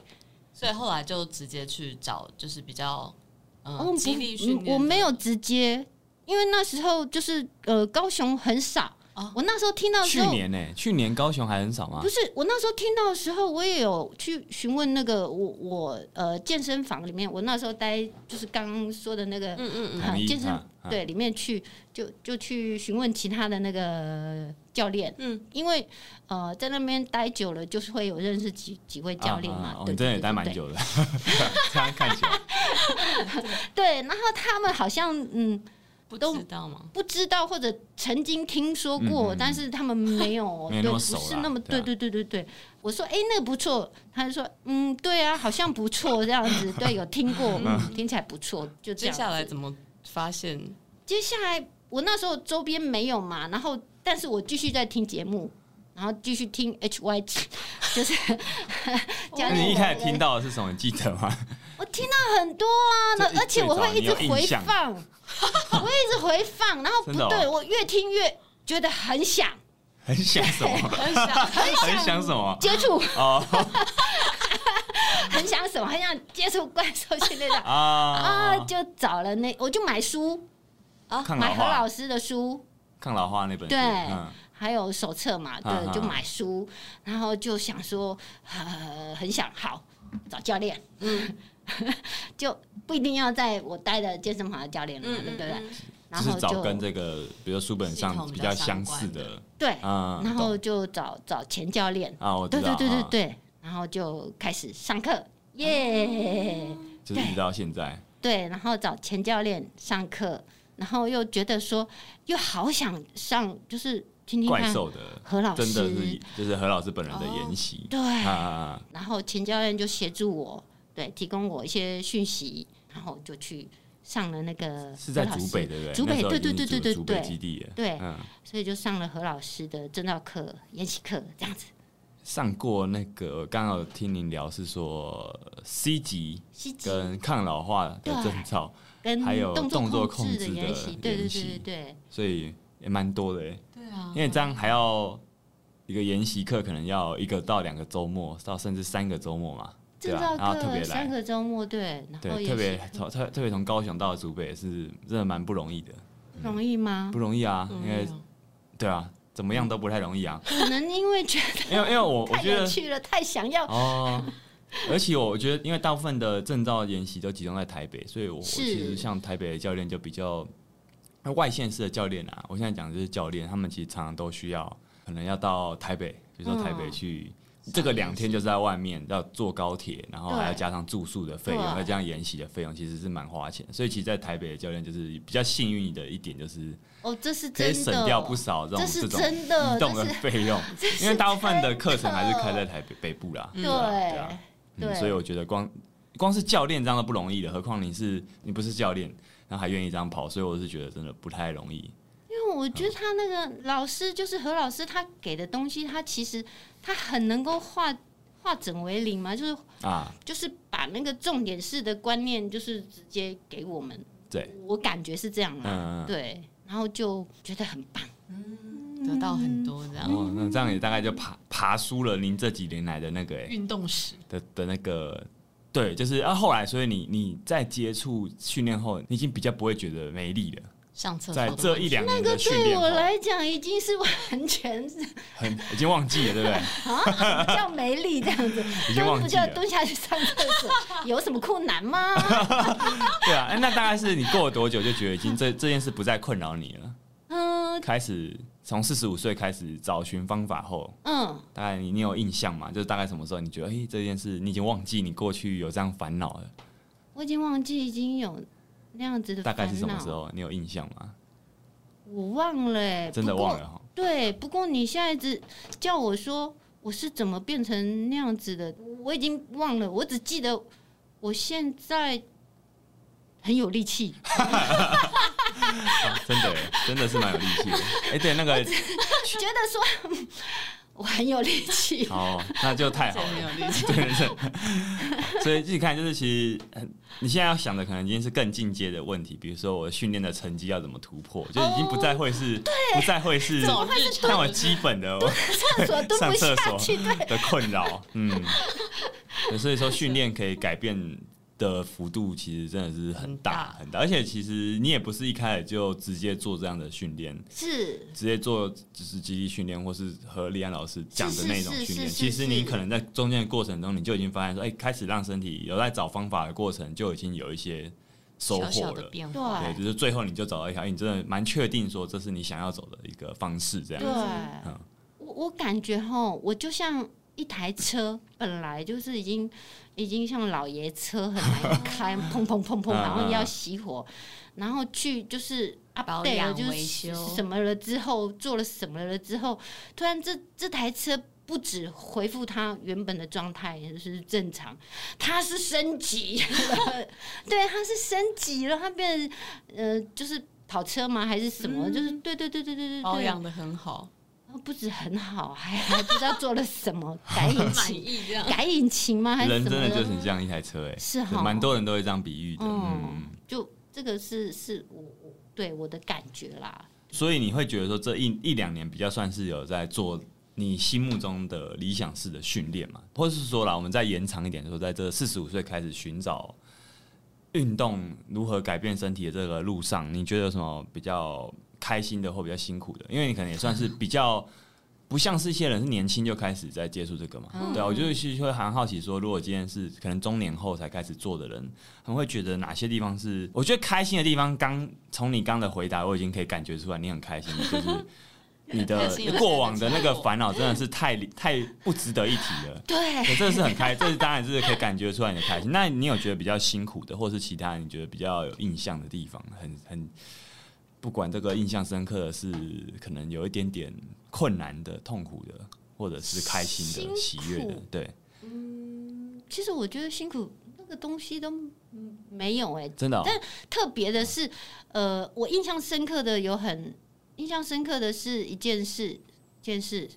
Speaker 2: 所以后来就直接去找，就是比较
Speaker 3: 哦
Speaker 2: 嗯
Speaker 3: 不
Speaker 2: 激励训
Speaker 3: 嗯
Speaker 2: 练，
Speaker 3: 我没有直接，因为那时候就是呃高雄很少
Speaker 2: 哦，
Speaker 3: 我那时候听到的时
Speaker 1: 去
Speaker 3: 候。
Speaker 1: 年呢、去年高雄还很少吗
Speaker 3: 不？是，我那时候听到的时候，我也有去询问那个我我呃健身房里面，我那时候待就是刚刚说的那个、
Speaker 2: 嗯嗯嗯，
Speaker 3: 啊
Speaker 1: 统一
Speaker 3: 健身、
Speaker 1: 啊啊
Speaker 3: 对里面去，就就去询问其他的那个教练，
Speaker 2: 嗯，
Speaker 3: 因为呃在那边待久了，就是会有认识几几位教练嘛，
Speaker 1: 啊啊啊哦
Speaker 3: 对
Speaker 1: 你真的也
Speaker 3: 对
Speaker 1: 待
Speaker 3: 对
Speaker 1: 蛮
Speaker 3: 对
Speaker 1: 久的， 这样看 起来，
Speaker 3: 对，然后他们好像嗯
Speaker 2: 不
Speaker 3: 都
Speaker 2: 知道吗？
Speaker 3: 不知道或者曾经听说
Speaker 1: 嗯
Speaker 3: 过，
Speaker 1: 嗯嗯
Speaker 3: 但是他们没 有
Speaker 1: 没有那
Speaker 3: 对，
Speaker 1: 么
Speaker 3: 不
Speaker 1: 熟啦
Speaker 3: 是那么
Speaker 1: 对
Speaker 3: 对
Speaker 1: 啊
Speaker 3: 对对对对。我说哎、诶那个不错，他就说嗯，对啊，好像不错这样子，对，有 听过，嗯，听起来不错，就这
Speaker 2: 接
Speaker 3: 样。
Speaker 2: 下来怎么发现？
Speaker 3: 接下来我那时候周边没有嘛，然后但是我继续在听节目，然后继续听 H Y，就是 教
Speaker 1: 那
Speaker 3: 练。
Speaker 1: 你一开始听到的是什么？你记得吗？
Speaker 3: 我听到很多啊，那
Speaker 1: 这一
Speaker 3: 而且我会一直
Speaker 1: 最早你有
Speaker 3: 回
Speaker 1: 印象
Speaker 3: 放，我一直回放，然后不
Speaker 1: 真的哦
Speaker 3: 对，我越听越觉得很想
Speaker 1: 很想什 么？
Speaker 2: 很想
Speaker 1: 很想什么？
Speaker 3: 接触。
Speaker 1: 哦
Speaker 3: 很想什么，很想接触怪兽训练的啊，
Speaker 1: 啊！
Speaker 3: 就找了那，我就买书，
Speaker 1: 抗
Speaker 3: 买
Speaker 1: 老
Speaker 3: 何
Speaker 1: 化
Speaker 3: 老，师的书，
Speaker 1: 抗老化那本书，
Speaker 3: 对
Speaker 1: 嗯
Speaker 3: 还有手册嘛，
Speaker 1: 啊啊
Speaker 3: 对，就买书，然后就想说，呃，很想好找教练，嗯， 就不一定要在我待的健身房的教练了嘛，对不对？然
Speaker 1: 就是
Speaker 3: 后
Speaker 1: 找
Speaker 3: 就
Speaker 1: 跟这个，比如说书本
Speaker 2: 系
Speaker 1: 上
Speaker 2: 统
Speaker 1: 比
Speaker 2: 比
Speaker 1: 较
Speaker 2: 较
Speaker 1: 相
Speaker 2: 相
Speaker 1: 似
Speaker 2: 关的
Speaker 1: 的，
Speaker 3: 对，
Speaker 1: 啊，
Speaker 3: 然
Speaker 1: 懂
Speaker 3: 后就找找前教练，
Speaker 1: 啊，我知
Speaker 3: 对
Speaker 1: 道，
Speaker 3: 对对对
Speaker 1: 啊，
Speaker 3: 对，然后就开始上课，耶！
Speaker 1: 就是一直到现在，
Speaker 3: 对，然后找前教练上课，然后又觉得说，又好想上，就是听听
Speaker 1: 怪
Speaker 3: 看
Speaker 1: 兽的，
Speaker 3: 何老
Speaker 1: 真
Speaker 3: 师，哦
Speaker 1: 的是就是何老师本人的研习
Speaker 3: 对，
Speaker 1: 啊啊，啊
Speaker 3: 然后前教练就协助我，对，提供我一些讯息，然后就去上了那个
Speaker 1: 是在
Speaker 3: 何老
Speaker 1: 竹
Speaker 3: 师
Speaker 1: 北对不对？
Speaker 3: 竹北
Speaker 1: 那时候
Speaker 3: 对对
Speaker 1: 已经
Speaker 3: 对对
Speaker 1: 竹
Speaker 3: 对
Speaker 1: 竹北
Speaker 3: 对
Speaker 1: 基地了，
Speaker 3: 对，
Speaker 1: 嗯，
Speaker 3: 所以就上了何老师的正道课、研习课这样子。
Speaker 1: 上过那个，刚好听您聊是说 C 级
Speaker 3: 西级
Speaker 1: 跟抗老化的
Speaker 3: 对
Speaker 1: 征兆，
Speaker 3: 跟
Speaker 1: 还有动作
Speaker 3: 作
Speaker 1: 控
Speaker 3: 制
Speaker 1: 制的
Speaker 3: 研习，对对
Speaker 1: 研
Speaker 3: 对
Speaker 1: 习
Speaker 3: 对对，
Speaker 1: 所以也蛮多的欸，
Speaker 2: 对啊
Speaker 3: 哦
Speaker 1: 因为这样还要一个研习课，可能要一个到两个周末，到甚至三个周末嘛，对
Speaker 3: 正
Speaker 1: 吧？
Speaker 3: 道
Speaker 1: 然后特别
Speaker 3: 课
Speaker 1: 来
Speaker 3: 哦三，个周末对，然后
Speaker 1: 对，
Speaker 3: 也
Speaker 1: 特
Speaker 3: 是
Speaker 1: 别从特特别从高雄到竹北是真的蛮不容易的，
Speaker 3: 不容易吗？
Speaker 1: 嗯不容易啊，因为
Speaker 3: 嗯
Speaker 1: 对啊，怎么样都不太容易 啊，
Speaker 3: 可能因为觉得
Speaker 1: 因为因为我我
Speaker 3: 太
Speaker 1: 觉
Speaker 3: 有
Speaker 1: 得
Speaker 3: 趣了，太想要
Speaker 1: 哦。而且我觉得，因为大部分的证照研习都集中在台北，所以我我
Speaker 3: 是
Speaker 1: 其实像台北的教练就比较那外县市的教练啊，我现在讲的就是教练，他们其实常常都需要可能要到台北，比如说台北
Speaker 3: 嗯
Speaker 1: 去、这个两天就是在外面要坐高铁，然后还要
Speaker 3: 对
Speaker 1: 加上住宿的费用，
Speaker 3: 对啊
Speaker 1: 还有加上研习的费用，其实是蛮花钱。所以其实，在台北的教练就是比较幸运的一点，就是
Speaker 3: 哦，这是
Speaker 1: 可以
Speaker 3: 真
Speaker 1: 省
Speaker 3: 的，
Speaker 1: 掉不少这种
Speaker 3: 这
Speaker 1: 这
Speaker 3: 是
Speaker 1: 种
Speaker 3: 真的，
Speaker 1: 移动的
Speaker 3: 这是
Speaker 1: 费用，因为大部分的课程还是开在台北北部啦。
Speaker 3: 对
Speaker 1: 对啊嗯，
Speaker 3: 对
Speaker 1: 所以我觉得光光是教练这样都不容易的，何况你是你不是教练，然后还愿意这样跑，所以我是觉得真的不太容易。
Speaker 3: 因为我觉得他那个老师就是何老师，他给的东西，他其实他很能够化化整为零嘛，就是
Speaker 1: 啊，
Speaker 3: 就是把那个重点式的观念，就是直接给我们。
Speaker 1: 对，
Speaker 3: 我感觉是这样啊，
Speaker 1: 嗯，
Speaker 3: 对，然后就觉得很棒。
Speaker 2: 得到很多这
Speaker 3: 啊
Speaker 1: 然
Speaker 2: 样
Speaker 1: 后嗯哦那这样也大概就爬爬输了您这几年来的那个、欸、
Speaker 2: 运动史，
Speaker 1: 的的那个。对，就是啊，后来，所以你你在接触训练后，你已经比较不会觉得没力了。
Speaker 2: 上厕所
Speaker 1: 在
Speaker 2: 的
Speaker 1: 这一两年的训
Speaker 3: 对
Speaker 1: 练后
Speaker 3: 我，来讲，已经是完 全是
Speaker 1: 很已经忘记了，对不对？
Speaker 3: 比较没力这样子，
Speaker 1: 已 经
Speaker 3: 蹲
Speaker 1: 忘
Speaker 3: 不
Speaker 1: 记
Speaker 3: 就
Speaker 1: 了。
Speaker 3: 蹲下去上厕所，有什么困难吗？
Speaker 1: 对啊，哎那大概是你过了多久就觉得已经这这件事不再困扰你了？
Speaker 3: 嗯
Speaker 1: 开始从四十五岁开始找寻方法后，
Speaker 3: 嗯，
Speaker 1: 大概你你有印象吗？就是大概什么时候你觉得，哎、这件事你已经忘记你过去有这样烦恼了？
Speaker 3: 我已经忘记已经有那样子的
Speaker 1: 大概是
Speaker 3: 烦
Speaker 1: 什么
Speaker 3: 恼
Speaker 1: 时？候？你有印象吗？
Speaker 3: 我忘了、欸，
Speaker 1: 真的
Speaker 3: 不过
Speaker 1: 忘了哈。
Speaker 3: 对，不过你现在只叫我说我是怎么变成那样子的，我已经忘了，我只记得我现在很有 力气，
Speaker 1: 啊真的耶，真的是蛮有力气的。哎、对，那个
Speaker 3: 觉得说 我很有力气。
Speaker 1: 好，那就太好
Speaker 2: 真的
Speaker 1: 了。
Speaker 2: 有力气，
Speaker 1: 对对对，所以自己看，就是其实很你现在要想的可能已经是更进阶的问题，比如说我训练的成绩要怎么突破，就已经不再会是、不再会是
Speaker 2: 走日常
Speaker 1: 那我基本的
Speaker 3: 厕所 蹲
Speaker 1: 上
Speaker 3: 不
Speaker 1: 厕
Speaker 3: 下
Speaker 1: 所
Speaker 3: 去，对，
Speaker 1: 的困扰，嗯， 对所以说训练可以改变的幅度其实真的是很大很大，而且其实你也不是一开始就直接做这样的训练，
Speaker 3: 是
Speaker 1: 直接做就是基地训练或是和李安老师讲的
Speaker 3: 是
Speaker 1: 那种
Speaker 3: 是
Speaker 1: 训练，
Speaker 3: 是是
Speaker 1: 其实你
Speaker 3: 是
Speaker 1: 可能在中间的过程中，你就已经发现说，哎、开始让身体有在找方法的过程，就已经有一些收
Speaker 2: 小
Speaker 1: 获
Speaker 2: 小的
Speaker 1: 了。
Speaker 2: 变化，
Speaker 1: 对，
Speaker 3: 对
Speaker 1: 就是最后你就找到一条，哎你真的蛮确定说这是你想要走的一个方式，这样嗯
Speaker 3: 对，我嗯我感觉哈，我就像一台车，本来就是已经已经像老爷车很难开，砰砰砰砰，
Speaker 1: 嗯嗯
Speaker 3: 然后要熄火，然后去就是啊
Speaker 2: 保
Speaker 3: update 了
Speaker 2: 养
Speaker 3: 就是
Speaker 2: 维修
Speaker 3: 什么了之后做了什么了之后，突然这这台车。不止恢复它原本的状态，也就是正常，它是升级了，对，它是升级了，它变成呃，就是跑车吗？还是什么？就是对对对对对对，
Speaker 2: 保
Speaker 3: 对
Speaker 2: 养的很好，
Speaker 3: 哦不止很好，还还不知道做了什么改 引
Speaker 2: 满
Speaker 3: 擎，
Speaker 2: 意这样，
Speaker 3: 改引擎吗？还是
Speaker 1: 人
Speaker 3: 哎什
Speaker 1: 真
Speaker 3: 么
Speaker 1: 的就是很像一台车、哎，
Speaker 3: 是
Speaker 1: 对
Speaker 3: 哈，
Speaker 1: 蛮多人都会这样比喻的。嗯
Speaker 3: 嗯，，就这个是是我我对我的感觉啦，
Speaker 1: 所以你会觉得说这一一两年比较算是有在做你心目中的理想式的训练嘛，或者是说啦，我们再延长一点说，在这四十五岁开始寻找运动如何改变身体的这个路上，你觉得有什么比较开心的或比较辛苦的？因为你可能也算是比较不像是一些人是年轻就开始在接触这个嘛，
Speaker 3: 嗯
Speaker 1: 对啊，我就是会很好奇说，如果今天是可能中年后才开始做的人，他们会觉得哪些地方是我觉得开心的地方？刚从你刚的回答，我已经可以感觉出来，你很开心，就是你
Speaker 2: 开
Speaker 1: 的
Speaker 2: 心有这个
Speaker 1: 过往的那个
Speaker 2: 成果
Speaker 1: 烦恼真的是太太不值得一提了。
Speaker 3: 对，
Speaker 1: 对，这是很开，这是当然是可以感觉出来你的开心。那你有觉得比较辛苦的，或是其他你觉得比较有印象的地方，很很不管这个印象深刻的是，可能有一点点困难的、痛苦的，或者是开心的、喜
Speaker 3: 辛苦
Speaker 1: 悦的，对，
Speaker 3: 其实我觉得辛苦那个东西都嗯没有哎、
Speaker 1: 真的、哦，
Speaker 3: 但特别的是，呃，我印象深刻的有很印象深刻的是一件事，一件事，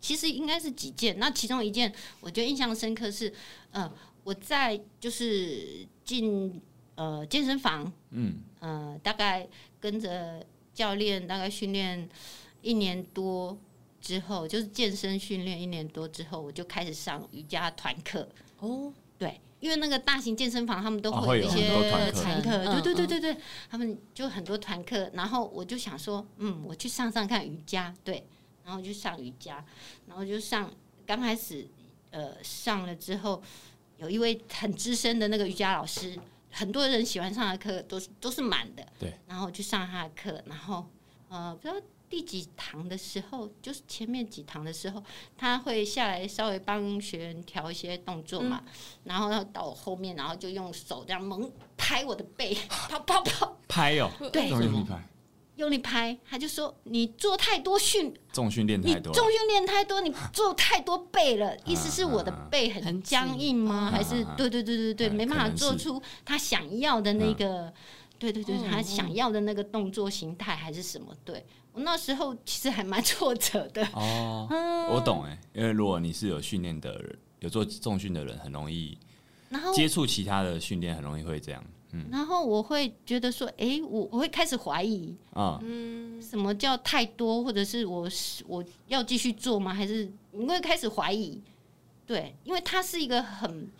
Speaker 3: 其实应该是几件。那其中一件，我觉得印象深刻是，呃，我在就是进呃健身房，
Speaker 1: 嗯，
Speaker 3: 呃，大概跟着教练大概训练一年多之后，就是健身训练一年多之后，我就开始上瑜伽团课。
Speaker 4: 哦，
Speaker 3: 对，因为那个大型健身房他们都
Speaker 1: 哦
Speaker 3: 会
Speaker 1: 会有
Speaker 3: 一
Speaker 1: 很
Speaker 3: 些
Speaker 1: 多团课
Speaker 3: 团课，
Speaker 4: 嗯
Speaker 3: 对对对
Speaker 4: 嗯
Speaker 3: 对对，他们就很多团课。然后我就想说，嗯，我去上上看瑜伽，对，然后我就上瑜伽，然后就上，刚开始呃上了之后，有一位很资深的那个瑜伽老师，很多人喜欢上他的课都是都是满的，
Speaker 1: 对，
Speaker 3: 然后我去上他的课，然后呃不知道。第几堂的时候，就是前面几堂的时候，他会下来稍微帮学员调一些动作嘛，然后到我后面，然后就用手这样猛拍我的背，啪啪啪，
Speaker 1: 拍哦，这
Speaker 3: 对
Speaker 1: 种用力拍，
Speaker 3: 用力拍。他就说你做太多训，
Speaker 1: 重训练
Speaker 3: 你
Speaker 1: 太多了，
Speaker 3: 重训练太多，你做太多背了，意思是我的背很
Speaker 4: 很
Speaker 3: 僵
Speaker 4: 紧
Speaker 3: 硬吗？
Speaker 1: 嗯
Speaker 3: 还是
Speaker 1: 嗯嗯
Speaker 3: 对对对对对，
Speaker 1: 嗯
Speaker 3: 没办
Speaker 1: 可
Speaker 3: 法
Speaker 1: 能
Speaker 3: 做
Speaker 1: 是
Speaker 3: 出他想要的那个，对对对，
Speaker 4: 嗯
Speaker 3: 他想要的那个动作形态还是什么？对我那时候其实还蛮挫折的，
Speaker 1: 哦，我懂哎、因为如果你是有训练的人，有做重训的人，很容易
Speaker 3: 然后
Speaker 1: 接触其他的训练，很容易会这样，
Speaker 3: 然后我会觉得说，诶，我我会开始怀疑，
Speaker 1: 啊、
Speaker 3: 嗯什么叫太多，或者是我是我要继续做吗？还是你会开始怀疑？对，因为他是一个很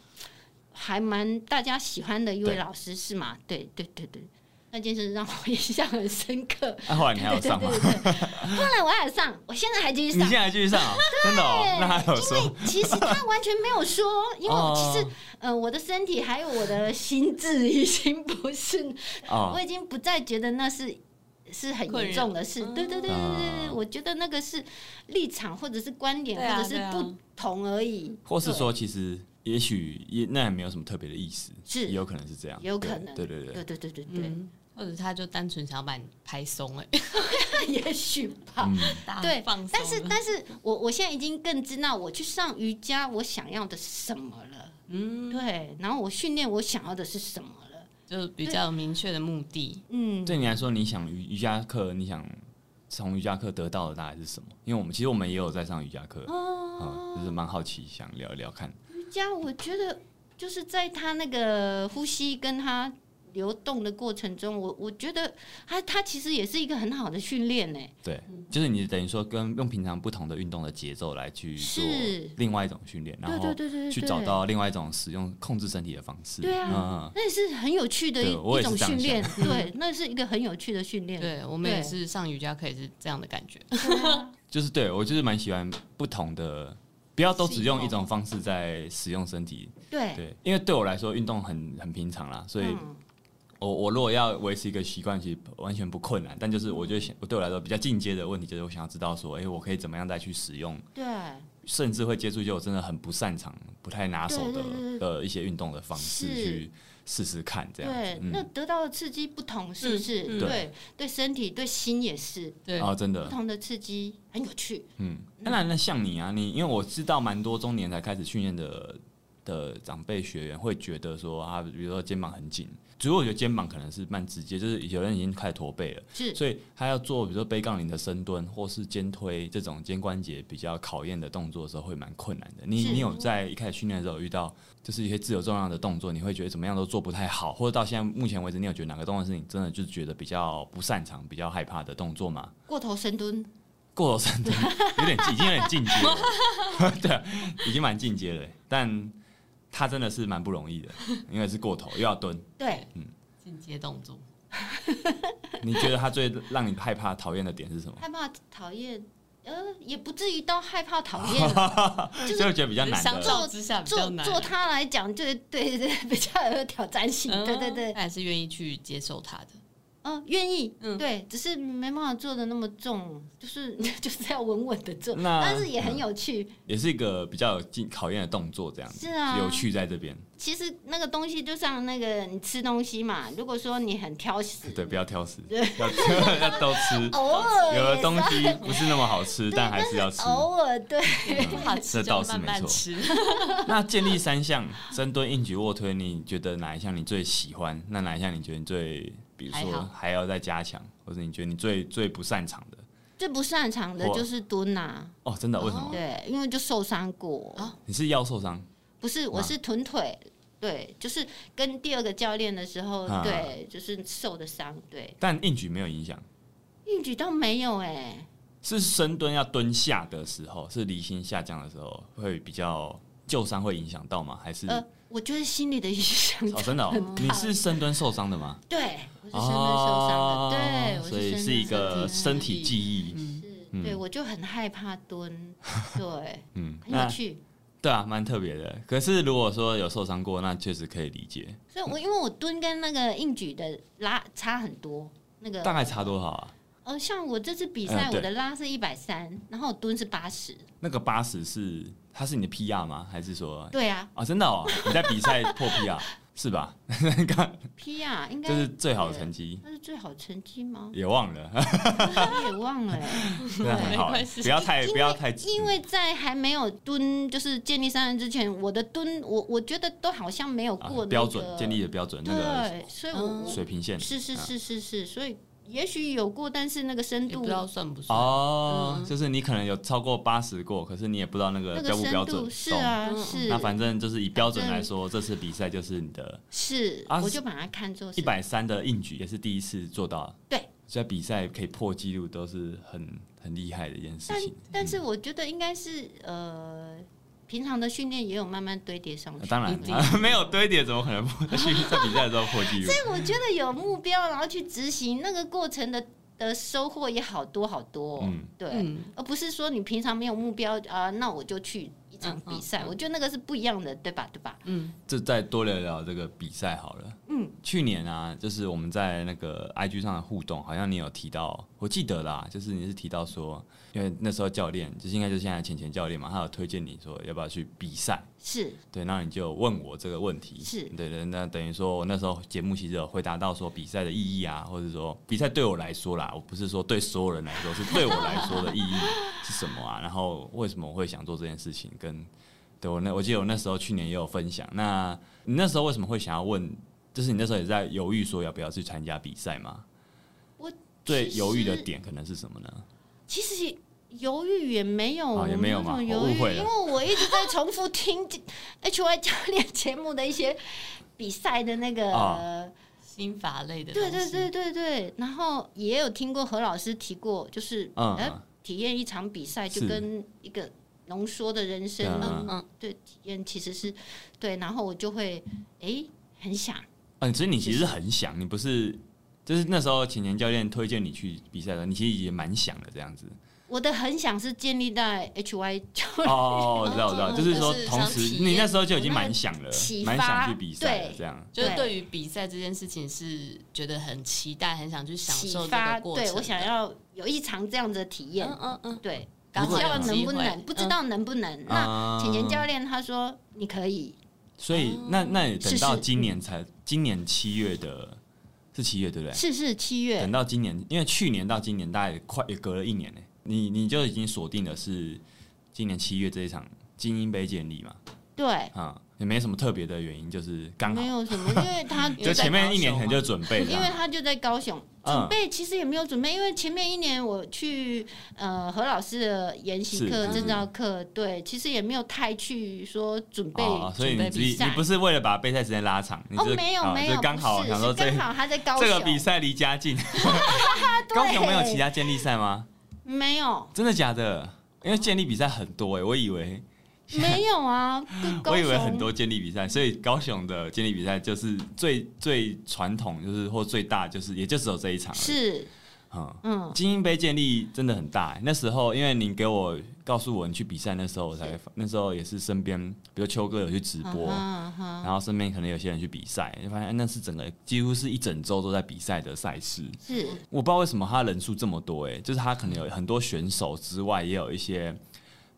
Speaker 3: 还蛮大家喜欢的一位
Speaker 1: 对
Speaker 3: 老师，是吗？对对对对，那件事让我印象很 深刻。
Speaker 1: 那、后来你还有上吗？
Speaker 3: 后来我还有上，我现在还继续
Speaker 1: 你
Speaker 3: 上
Speaker 1: 现。在还继续上、哦，真的哦？那还有说，
Speaker 3: 其实他完全没有说，因为我其实
Speaker 1: 哦
Speaker 3: 呃，我的身体还有我的心智已经不是
Speaker 1: 哦
Speaker 3: 我，已经不再觉得那是是很
Speaker 4: 困
Speaker 3: 严
Speaker 4: 扰
Speaker 3: 重的事，对对对对对对，
Speaker 1: 啊
Speaker 3: 我觉得那个是立场或者是观点、
Speaker 4: 对啊
Speaker 3: 或者
Speaker 4: 对
Speaker 3: 是
Speaker 4: 啊
Speaker 3: 不同而已，
Speaker 1: 或是
Speaker 3: 对
Speaker 1: 说，其实也许也那也没有什么特别的意思，
Speaker 3: 是
Speaker 1: 也有可能是这样，
Speaker 3: 有可
Speaker 1: 对
Speaker 3: 能，
Speaker 1: 对对对，
Speaker 3: 对对对对对，
Speaker 4: 嗯，或者他就单纯想要把你拍松哎，
Speaker 3: 也许吧。
Speaker 1: 嗯，
Speaker 4: 打
Speaker 3: 对
Speaker 4: 放松
Speaker 3: 但是，
Speaker 4: 了
Speaker 3: 但是我我现在已经更知道我去上瑜伽我想要的是什么了，
Speaker 4: 嗯，
Speaker 3: 对，然后我训练我想要的是什么了，
Speaker 4: 就比较有明确的目的，
Speaker 3: 嗯，
Speaker 1: 对你来说，你想瑜瑜伽课，你想从瑜伽课得到的大概是什么？因为我们其实我们也有在上瑜伽课，
Speaker 3: 哦
Speaker 1: 嗯，就是蛮好奇，想聊一聊看，
Speaker 3: 瑜伽，我觉得就是在他那个呼吸跟他流动的过程中，我我觉得他他其实也是一个很好的训练呢。
Speaker 1: 对，就是你等于说跟用平常不同的运动的节奏来去做
Speaker 3: 是
Speaker 1: 另外一种训练，然
Speaker 3: 对
Speaker 1: 后
Speaker 3: 对对对对，
Speaker 1: 去找到另外一种使用控制身体的方式，
Speaker 3: 对
Speaker 1: 嗯
Speaker 3: 啊，
Speaker 1: 嗯
Speaker 3: 那也是很有趣的一
Speaker 1: 对我也
Speaker 3: 一
Speaker 1: 是
Speaker 3: 种
Speaker 1: 这样
Speaker 3: 训练，
Speaker 4: 嗯
Speaker 3: 对，那是一个很有趣的训练。
Speaker 4: 对我们也
Speaker 3: 对
Speaker 4: 是上瑜伽课也是这样的感觉，
Speaker 3: 对啊
Speaker 1: 就是对我就是蛮喜欢不同的，不要都只用
Speaker 4: 系统
Speaker 1: 一种方式在使用身体。
Speaker 3: 对，
Speaker 1: 对，因为对我来说运动很很平常啦，所以
Speaker 3: 嗯
Speaker 1: 我我如果要维持一个习惯，其实完全不困难。但就是我觉得想，我对我来说比较进阶的问题，就是我想要知道说，哎、我可以怎么样再去使用，
Speaker 3: 对
Speaker 1: 甚至会接触一些我真的很不擅长、不太拿手
Speaker 3: 对对
Speaker 1: 的
Speaker 3: 对
Speaker 1: 的一些运动的方式
Speaker 3: 是
Speaker 1: 去试试看，这样
Speaker 3: 对
Speaker 1: 子，。
Speaker 3: 那
Speaker 1: 嗯，
Speaker 3: 得到的刺激不同，是不是？
Speaker 4: 嗯嗯
Speaker 3: 对，对身体对心也是
Speaker 4: 对，
Speaker 1: 啊，真的
Speaker 3: 不，同的刺激，很有趣。
Speaker 1: 嗯，那那那像你啊，你因为我知道蛮多中年才开始训练的的长辈学员会觉得说啊，比如说肩膀很紧，主要我觉得肩膀可能是蛮直接，就是有人已经开始驼背了，
Speaker 3: 是
Speaker 1: 所以他要做比如说背杠铃的深蹲或是肩推这种肩关节比较考验的动作的时候会蛮困难的。你
Speaker 3: 是
Speaker 1: 你有在一开始训练的时候遇到就是一些自由重量的动作，你会觉得怎么样都做不太好，或者到现在目前为止，你有觉得哪个动作是你真的就是觉得比较不擅长、比较害怕的动作吗？
Speaker 3: 过头深蹲，
Speaker 1: 过头深蹲有点进已经有点进阶了，对啊，已经蛮进阶 了， 但他真的是蛮不容易的，因为是过头又要蹲。
Speaker 3: 对，
Speaker 4: 进阶动作，
Speaker 1: 你觉得他最让你害怕、讨厌的点是什么？
Speaker 3: 害怕讨厌，哎、呃，也不至于到害怕讨 厌了， 就
Speaker 1: 所以
Speaker 3: 是
Speaker 1: 我觉得比较难
Speaker 4: 相
Speaker 1: 的。
Speaker 4: 较之下比较
Speaker 3: 做
Speaker 4: 难。
Speaker 3: 做他来讲，对对对，比较有挑战性，
Speaker 4: 嗯
Speaker 3: 对对对，
Speaker 4: 他也是愿意去接受他的。
Speaker 3: 哦，愿意，
Speaker 4: 嗯
Speaker 3: 对，只是没办法做的那么重，就是就是要稳稳的做，
Speaker 1: 那
Speaker 3: 但是也很有趣，
Speaker 4: 嗯
Speaker 1: 也是一个比较有进考验的动作，这样子
Speaker 3: 是啊
Speaker 1: 有趣在这边。
Speaker 3: 其实那个东西就像那个你吃东西嘛，如果说你很挑食，
Speaker 1: 哎对，不要挑食，要要 都吃。
Speaker 3: 偶尔
Speaker 1: 有的
Speaker 3: 也
Speaker 1: 东
Speaker 3: 是
Speaker 1: 西不是那么好吃，但还是要吃。
Speaker 3: 偶尔对，
Speaker 1: 嗯
Speaker 4: 不好
Speaker 1: 这
Speaker 4: 吃
Speaker 1: 倒
Speaker 4: 就是慢
Speaker 1: 没
Speaker 4: 慢
Speaker 1: 错。
Speaker 4: 吃。
Speaker 1: 那建立三项深蹲、硬举、卧推，你觉得哪一项你最喜欢？那哪一项你觉得你最，比如
Speaker 4: 还
Speaker 1: 说
Speaker 4: 好
Speaker 1: 还要再加强，或者你觉得你最最不擅长的？
Speaker 3: 最不擅长的
Speaker 1: 或
Speaker 3: 就是蹲啊，
Speaker 1: 哦，真的？为什么？
Speaker 3: 对，因为就受伤过，
Speaker 4: 啊
Speaker 1: 你是腰受伤？
Speaker 3: 不是，我是臀腿。对，就是跟第二个教练的时候，
Speaker 1: 啊
Speaker 3: 对，就是受的伤，对，
Speaker 1: 但硬举没有影响，
Speaker 3: 硬举倒没有哎、
Speaker 1: 是深蹲要蹲下的时候，是离心下降的时候会比较旧伤会影响到吗？还是？
Speaker 3: 呃，我觉得心理的影响
Speaker 1: 哦，真的、哦，你是深蹲受伤的吗？
Speaker 3: 对，嗯我是
Speaker 1: 哦，
Speaker 3: 深蹲受伤的，对，我
Speaker 1: 所以
Speaker 3: 是
Speaker 1: 是一
Speaker 3: 深蹲
Speaker 1: 个
Speaker 3: 受伤
Speaker 1: 身体记忆，
Speaker 4: 嗯，
Speaker 3: 是，对，我就很害怕 蹲，对，
Speaker 1: 嗯，
Speaker 3: 很有
Speaker 1: 那
Speaker 3: 趣。
Speaker 1: 对啊，蛮特别的。可是如果说有受伤过，那确实可以理解。
Speaker 3: 所以我因为我蹲跟那个硬举的拉差很多，那
Speaker 1: 大
Speaker 3: 个
Speaker 1: 概差多少啊？
Speaker 3: 呃，像我这次比
Speaker 1: 嗯
Speaker 3: 赛，
Speaker 1: 对
Speaker 3: 我的拉是一百三，然后我蹲是八十，
Speaker 1: 那个八十是它是你的 PR 吗？还是说
Speaker 3: 对啊
Speaker 1: 啊，真的哦，你在比赛破 PR 是吧？
Speaker 3: ，P 啊，应该
Speaker 1: 这是最好的成绩，？
Speaker 3: 那是最好成绩吗
Speaker 1: 也忘了，
Speaker 3: 我也忘了欸，
Speaker 1: 真的很好
Speaker 4: 没关，系
Speaker 1: 不要太不要太
Speaker 3: 因为在还没有蹲就是建立三人之前，我的蹲我我觉得都好像没有
Speaker 1: 啊
Speaker 3: 过
Speaker 1: 标
Speaker 3: 那
Speaker 1: 准
Speaker 3: 个
Speaker 1: 建立的标准那个
Speaker 3: 对，所以我
Speaker 4: 嗯
Speaker 3: 我
Speaker 1: 水平线
Speaker 3: 是是
Speaker 1: 啊
Speaker 3: 是是是，所以也许有过，但是那个深
Speaker 4: 也
Speaker 3: 度
Speaker 4: 不知道算不算。
Speaker 1: 哦，就是你可能有超过八十过，可是你也不知道那个
Speaker 3: 嗯那
Speaker 1: 呃标
Speaker 3: 个
Speaker 1: 不标
Speaker 3: 深度
Speaker 1: 准，
Speaker 3: 是
Speaker 1: 懂
Speaker 3: 啊
Speaker 4: 嗯
Speaker 3: 是
Speaker 1: 那反正就是以标准来说，这次比赛就是你的
Speaker 3: 是
Speaker 1: 啊，
Speaker 3: 我
Speaker 1: 是
Speaker 3: 就把它看作是
Speaker 1: 一百三的硬举，也是第一次做到。
Speaker 3: 对，
Speaker 1: 所以比赛可以破纪录都是很很厉害的一件事
Speaker 3: 但
Speaker 1: 情。
Speaker 3: 但是我觉得应该是呃，平常的训练也有慢慢堆叠上
Speaker 1: 那
Speaker 3: 去。
Speaker 1: 当然
Speaker 4: 一定
Speaker 1: 啊 没有堆叠，怎么可能破？ 去在比赛的时候破纪录？
Speaker 3: 但我觉得有目标，然后去执行那个过程的的收获也好多好多哦、
Speaker 1: 嗯
Speaker 3: 对，
Speaker 4: 嗯，
Speaker 3: 而不是说你平常没有目标啊、那我就去一场
Speaker 4: 嗯嗯
Speaker 3: 比赛，
Speaker 4: 嗯
Speaker 3: 我觉得那个是不一样的，对吧？对吧？
Speaker 1: 就再多聊聊这个比赛好了。
Speaker 3: 嗯，
Speaker 1: 去年啊，就是我们在那个 IG 上的互动，好像你有提到，我记得啦，就是你是提到说，因为那时候教练就是应该就是现在浅浅教练嘛，他有推荐你说要不要去比赛。
Speaker 3: 是
Speaker 1: 对，那你就有问我这个问题，
Speaker 3: 是
Speaker 1: 对对，那等于说我那时候节目其实有回答到说比赛的意义啊，或者说比赛对我来说啦，我不是说对所有人来说，是对我来说的意 义是什么啊？然后为什么我会想做这件事情？跟对我那我记得我那时候去年也有分享，那你那时候为什么会想要问？就是你那时候也在犹豫说要不要去参加比赛吗？
Speaker 3: 我
Speaker 1: 最
Speaker 3: 其
Speaker 1: 犹豫的
Speaker 3: 实
Speaker 1: 点可能是什么呢？
Speaker 3: 其实犹豫也没有，
Speaker 1: 哦也没有嘛
Speaker 3: 我
Speaker 1: 我
Speaker 3: 有
Speaker 1: 误
Speaker 3: 什么犹豫，
Speaker 1: 会了
Speaker 3: 因为我一直在重复听 H Y 教练节目的一些比赛的那个。
Speaker 1: 哦
Speaker 4: 心法类的东
Speaker 3: 对
Speaker 4: 西。
Speaker 3: 对对对对，然后也有听过何老师提过，就是
Speaker 1: 嗯
Speaker 3: 哎、
Speaker 1: 嗯
Speaker 3: 体验一场比赛就是跟一个浓缩的人生，
Speaker 1: 嗯
Speaker 4: 嗯
Speaker 3: 对体验其实是对，然后我就会哎很想，
Speaker 1: 嗯，其实你其实很想，你不是，就是那时候浅田教练推荐你去比赛的时候，你其实也蛮想的这 样子。
Speaker 3: 我的很想是建立在 H Y 教练
Speaker 1: 哦，我知道，我知道，
Speaker 4: 嗯
Speaker 1: 就是说
Speaker 4: 就是
Speaker 1: 同
Speaker 4: 想
Speaker 1: 时
Speaker 4: 体验
Speaker 1: 你那时候就已经蛮想了
Speaker 3: 那个启，发
Speaker 1: 蛮想去比赛了
Speaker 3: 对
Speaker 1: 这样。
Speaker 4: 就是
Speaker 3: 对
Speaker 4: 对于比赛这件事情是觉得很期待，很想去享
Speaker 3: 启
Speaker 4: 受这
Speaker 3: 发，
Speaker 4: 个过程
Speaker 3: 对
Speaker 4: 的。
Speaker 3: 我想要有一场这样子的体验，
Speaker 4: 嗯嗯嗯，
Speaker 3: 对，不
Speaker 4: 刚
Speaker 3: 知
Speaker 4: 好
Speaker 3: 道
Speaker 4: 有
Speaker 3: 能
Speaker 4: 机
Speaker 3: 不
Speaker 4: 会
Speaker 3: 能，不知道能不能。
Speaker 1: 嗯
Speaker 3: 那
Speaker 1: 啊
Speaker 3: 浅浅教练他说你可以，
Speaker 1: 所以那那也等
Speaker 3: 是
Speaker 1: 到
Speaker 3: 是
Speaker 1: 今年才，今年七月的，是七月对不对？
Speaker 3: 是是七月
Speaker 1: 等，到今年，因为去年到今年大概也快也隔了一年呢，你你就已经锁定的是今年七月这一场精英杯建立嘛，
Speaker 3: 对，
Speaker 1: 啊，也没什么特别的原因，就是刚好
Speaker 3: 没，有 什么，因为他
Speaker 1: 就前面一年可能就准备这
Speaker 3: 因为
Speaker 1: 样，
Speaker 3: 他就在高雄，
Speaker 1: 嗯
Speaker 3: 准备其实也没有准备，因为前面一年我去呃何老师的研习课、
Speaker 1: 是
Speaker 3: 证照课，
Speaker 1: 啊
Speaker 3: 对，其实也没有太去说准备
Speaker 1: 哦，所以
Speaker 3: 准
Speaker 1: 你
Speaker 3: 备
Speaker 1: 只
Speaker 3: 比
Speaker 1: 你
Speaker 3: 赛
Speaker 1: 不。是为了把备赛时间拉长，你
Speaker 3: 哦
Speaker 1: 只是，
Speaker 3: 没有
Speaker 1: 啊
Speaker 3: 没
Speaker 1: 就
Speaker 3: 有，
Speaker 1: 刚好
Speaker 3: 不是
Speaker 1: 想说
Speaker 3: 是
Speaker 1: 这
Speaker 3: 刚好他在高雄， 啊
Speaker 1: 这个比赛离家近，
Speaker 3: 对
Speaker 1: 高雄没有其他建立赛吗？
Speaker 3: 没 有
Speaker 1: 真的假的？因为建立比赛很多哎、我以为
Speaker 3: 没有啊，跟 高
Speaker 1: 我以
Speaker 3: 雄
Speaker 1: 为很多建立比赛，所以高雄的建立比赛就是最最传统，就是或最大，就是也就只有这一场而已。
Speaker 3: 是
Speaker 1: 嗯，
Speaker 3: 嗯，
Speaker 1: 精英杯建立真的很大欸、那时候因为你给我告诉我你去比赛，那时候我才发那时候也是身边，比如秋哥有去直播，
Speaker 3: 啊哈啊哈
Speaker 1: 然后身边可能有些人去比赛，就发现哎那是整个几乎是一整周都在比赛的赛事。
Speaker 3: 是
Speaker 1: 我不知道为什么他人数这么多、欸，哎，就是他可能有很多选手之外，也有一些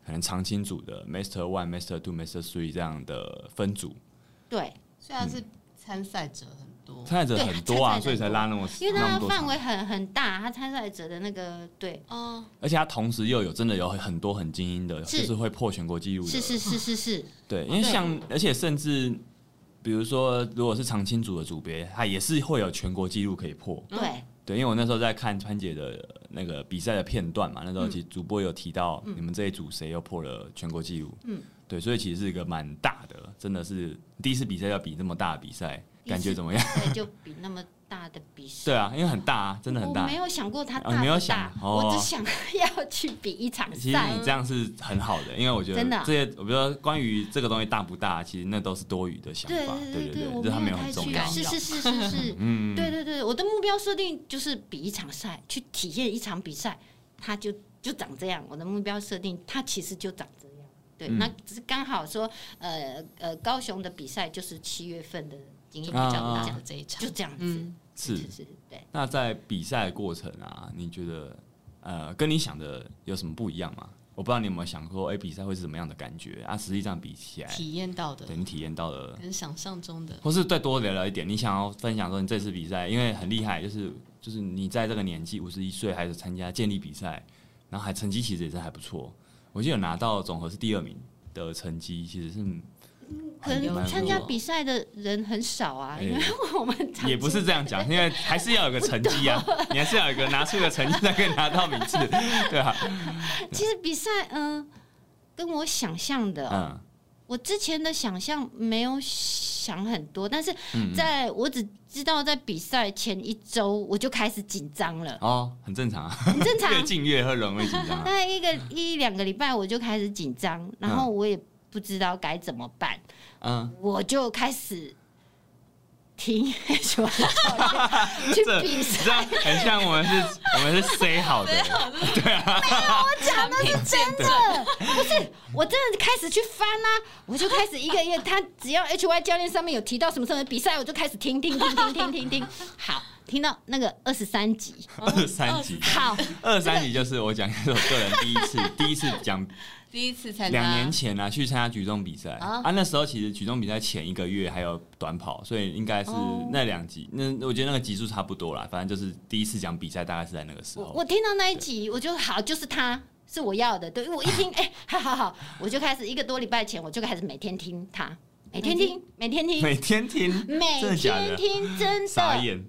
Speaker 1: 可能常青组的 Master One、Master Two、Master Three 这样的分组，
Speaker 3: 对，
Speaker 4: 虽然是参赛者很多，
Speaker 1: 参赛者
Speaker 3: 哦对
Speaker 1: 很多啊，
Speaker 3: 参赛者
Speaker 1: 所以才拉那么
Speaker 3: 因为
Speaker 1: 那
Speaker 3: 它
Speaker 1: 么
Speaker 3: 的
Speaker 1: 多
Speaker 3: 范
Speaker 1: 场。
Speaker 3: 围很很大，它参赛者的那个对，
Speaker 4: 哦，
Speaker 1: 而且他同时又有真的有很多很精英的，
Speaker 3: 是
Speaker 1: 就是会破全国纪录的，
Speaker 3: 是是哦是是是，
Speaker 1: 对，因为
Speaker 4: 对
Speaker 1: 像而且甚至。比如说，如果是常青组的组别，他也是会有全国纪录可以破。
Speaker 3: 对，
Speaker 1: 对，因为我那时候在看川姐的那个比赛的片段嘛，那时候其实主播有提到
Speaker 3: 嗯
Speaker 1: 你们这一组谁又破了全国纪录，嗯，对，所以其实是一个蛮大的，真的是第一次比赛要比这么大的比赛，
Speaker 3: 第一次
Speaker 1: 感觉怎么样？
Speaker 3: 对，就比那么大的比赛。
Speaker 1: 对啊，因为很大啊，真的很
Speaker 3: 我
Speaker 1: 大
Speaker 3: 没。有想过它
Speaker 1: 哦你
Speaker 3: 大
Speaker 1: 没有
Speaker 3: 不
Speaker 1: 想
Speaker 3: 大，
Speaker 1: 哦
Speaker 3: 我只想 要去比一场
Speaker 1: 其实
Speaker 3: 赛
Speaker 1: 你。这样是很好的，因为我觉得
Speaker 3: 真的啊
Speaker 1: 这些，我觉得关于这个东西大不大，其实那都是多余的想
Speaker 3: 对
Speaker 1: 法，对
Speaker 3: 对
Speaker 1: 对，
Speaker 3: 我
Speaker 1: 就是它
Speaker 3: 没
Speaker 1: 有
Speaker 3: 太
Speaker 1: 很重
Speaker 3: 去
Speaker 1: 要。，
Speaker 3: 是是是是是，
Speaker 1: 嗯，
Speaker 3: 对对对，我的目标设定就是比一场赛，去体验一场比赛，它就就长这样。我的目标设定，它其实就长这样。对，
Speaker 1: 嗯
Speaker 3: 那只是刚好说，呃呃，高雄的比赛就是七月份的经验比
Speaker 1: 啊
Speaker 3: 较
Speaker 1: 啊
Speaker 3: 大，
Speaker 1: 啊
Speaker 4: 讲这一场
Speaker 3: 就，这样子。
Speaker 4: 嗯，
Speaker 1: 是
Speaker 3: 是是，对。
Speaker 1: 那在比赛的过程啊，你觉得呃跟你想的有什么不一样吗？我不知道你有没有想过，哎、比赛会是什么样的感觉啊？实际上比起来，
Speaker 4: 体验到的
Speaker 1: 对你体验到了，
Speaker 4: 跟想象中的，
Speaker 1: 或是再多聊聊一点，你想要分享说你这次比赛，因为很厉害，就是就是你在这个年纪五十一岁还是参加建立比赛，然后还成绩其实也是还不错，我记得有拿到总和是第二名的成绩，其实是
Speaker 3: 可
Speaker 1: 很
Speaker 3: 能
Speaker 1: 蛮
Speaker 3: 参加
Speaker 1: 不错
Speaker 3: 比赛的人很少啊，
Speaker 1: 哎
Speaker 3: 因为我们常
Speaker 1: 也不是这样讲，因为还是要有个成绩 啊，你还是要有一个拿出一个成绩才可以拿到名次，对啊，
Speaker 3: 其实比赛，嗯、跟我想象的哦、
Speaker 1: 嗯。
Speaker 3: 我之前的想象没有想很多，但是
Speaker 1: 嗯
Speaker 3: 在我只知道在比赛前一周我就开始紧张 了，
Speaker 1: 哦，很正常啊，
Speaker 3: 很正常。
Speaker 1: 越近越会容易紧张
Speaker 3: 大
Speaker 1: 啊。
Speaker 3: 概一个一两个礼拜我就开始紧张，然后我也不知道该怎么办，
Speaker 1: 嗯，
Speaker 3: 我就开始听 喜欢教练去
Speaker 1: 这
Speaker 3: 比赛。
Speaker 1: 这样很像我们是， 我们是 say 好的，
Speaker 4: 讲的是真的，
Speaker 3: 我真的开始去翻啦、我就开始一 个一个，他只要 H Y 教练上面有提到什么什么比赛，我就开始听听听听 听听听，好，听到那个二十三集，
Speaker 1: 二三级，
Speaker 3: 好，
Speaker 1: 二三级就是我讲一首个人第一次， 第一次讲
Speaker 4: 第一次参加，
Speaker 1: 两年前啊，去参加举重比赛啊
Speaker 4: 啊
Speaker 1: 那时候其实举重比赛前一个月还有短跑，所以应该是
Speaker 3: 哦
Speaker 1: 那两集，那我觉得那个集数差不多啦，反正就是第一次讲比赛，大概是在那个时
Speaker 3: 我
Speaker 1: 候
Speaker 3: 我。听到那一集，我就好，就是他。是我要的，对我一听， 哎、好好好，我就开始一个多礼拜前，我就开始每天听他，每天听，每天听，
Speaker 1: 每天听，
Speaker 3: 每
Speaker 1: 真的假
Speaker 3: 天
Speaker 1: 的？
Speaker 3: 听，真
Speaker 1: 傻
Speaker 3: 的，
Speaker 1: 眼，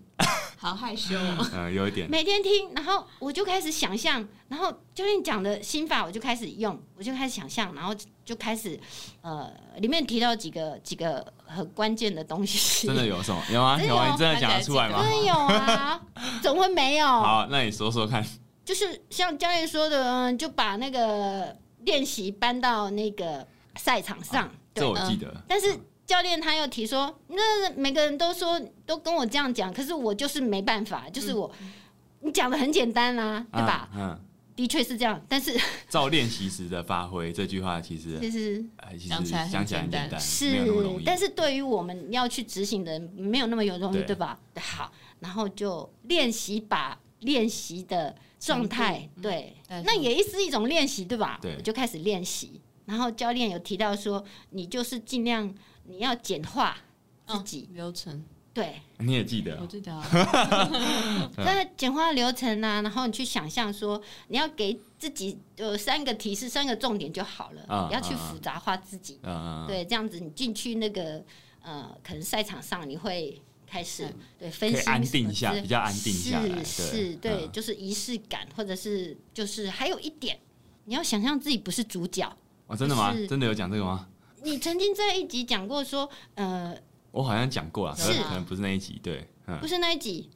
Speaker 4: 好害羞哦，
Speaker 1: 嗯，有一点，
Speaker 3: 每天听，然后我就开始想象，然后教练讲的心法，我就开始用，我就开始想象，然后就开始，呃，里面提到几个几个很关键的东西，
Speaker 1: 真的有什么？有啊，
Speaker 3: 真的
Speaker 1: 有啊，
Speaker 3: 有
Speaker 1: 你真的讲得出来
Speaker 3: 真
Speaker 1: 吗？
Speaker 3: 的有啊，怎么会没有？
Speaker 1: 好，那你说说看。
Speaker 3: 就是像教练说的，嗯，就把那个练习搬到那个赛场上。
Speaker 1: 啊这
Speaker 3: 对，
Speaker 1: 我记得，
Speaker 3: 但是教练他又提说，那每个人都说都跟我这样讲，可是我就是没办法，就是我、你讲的很简单啦、对吧？
Speaker 1: 嗯？
Speaker 3: 的确是这样，但是
Speaker 1: 嗯，照练习时的发挥这句话，其实
Speaker 3: 其实
Speaker 1: 哎其实
Speaker 4: 讲起来很
Speaker 1: 讲起来很简
Speaker 4: 简
Speaker 1: 单，
Speaker 4: 单
Speaker 1: 哎没有
Speaker 3: 是
Speaker 1: 那么容易。
Speaker 3: 但是对于我们要去执行的人，没有那么有容易，
Speaker 1: 对
Speaker 3: 对吧？好，然后就练习把练习的状态，对，
Speaker 4: 带上
Speaker 3: 那也是一种练习，对吧？
Speaker 1: 对
Speaker 3: 我就开始练习。然后教练有提到说，你就是尽量你要简化自
Speaker 4: 嗯
Speaker 3: 己，
Speaker 4: 流程，
Speaker 3: 对，
Speaker 1: 你也记
Speaker 4: 我
Speaker 1: 得，
Speaker 4: 记得啊，
Speaker 1: 嗯
Speaker 3: 那简化流程啊，然后你去想象说，你要给自己呃三个提示、三个重点就好了，
Speaker 1: 嗯
Speaker 3: 不要去
Speaker 1: 嗯
Speaker 3: 复杂化自己。
Speaker 1: 嗯，嗯，嗯
Speaker 3: 对，这样子你进去那个呃，可能赛场上你会开始
Speaker 4: 嗯
Speaker 3: 对分
Speaker 1: 可以
Speaker 3: 心
Speaker 1: 安
Speaker 3: 什么
Speaker 1: 定下
Speaker 3: 之
Speaker 1: 比较安定下来
Speaker 3: 是是，
Speaker 1: 对
Speaker 3: 对，
Speaker 1: 嗯
Speaker 3: 就是仪式感，或者是就是还有一点，你要想象自己不是主角。
Speaker 1: 哦，真的吗
Speaker 3: 是？
Speaker 1: 真的有讲这个吗？
Speaker 3: 你曾经在一集讲过说，呃，
Speaker 1: 我好像讲过啊，可
Speaker 3: 是
Speaker 1: 能可能不是那一集，对，嗯，
Speaker 3: 不是那一集，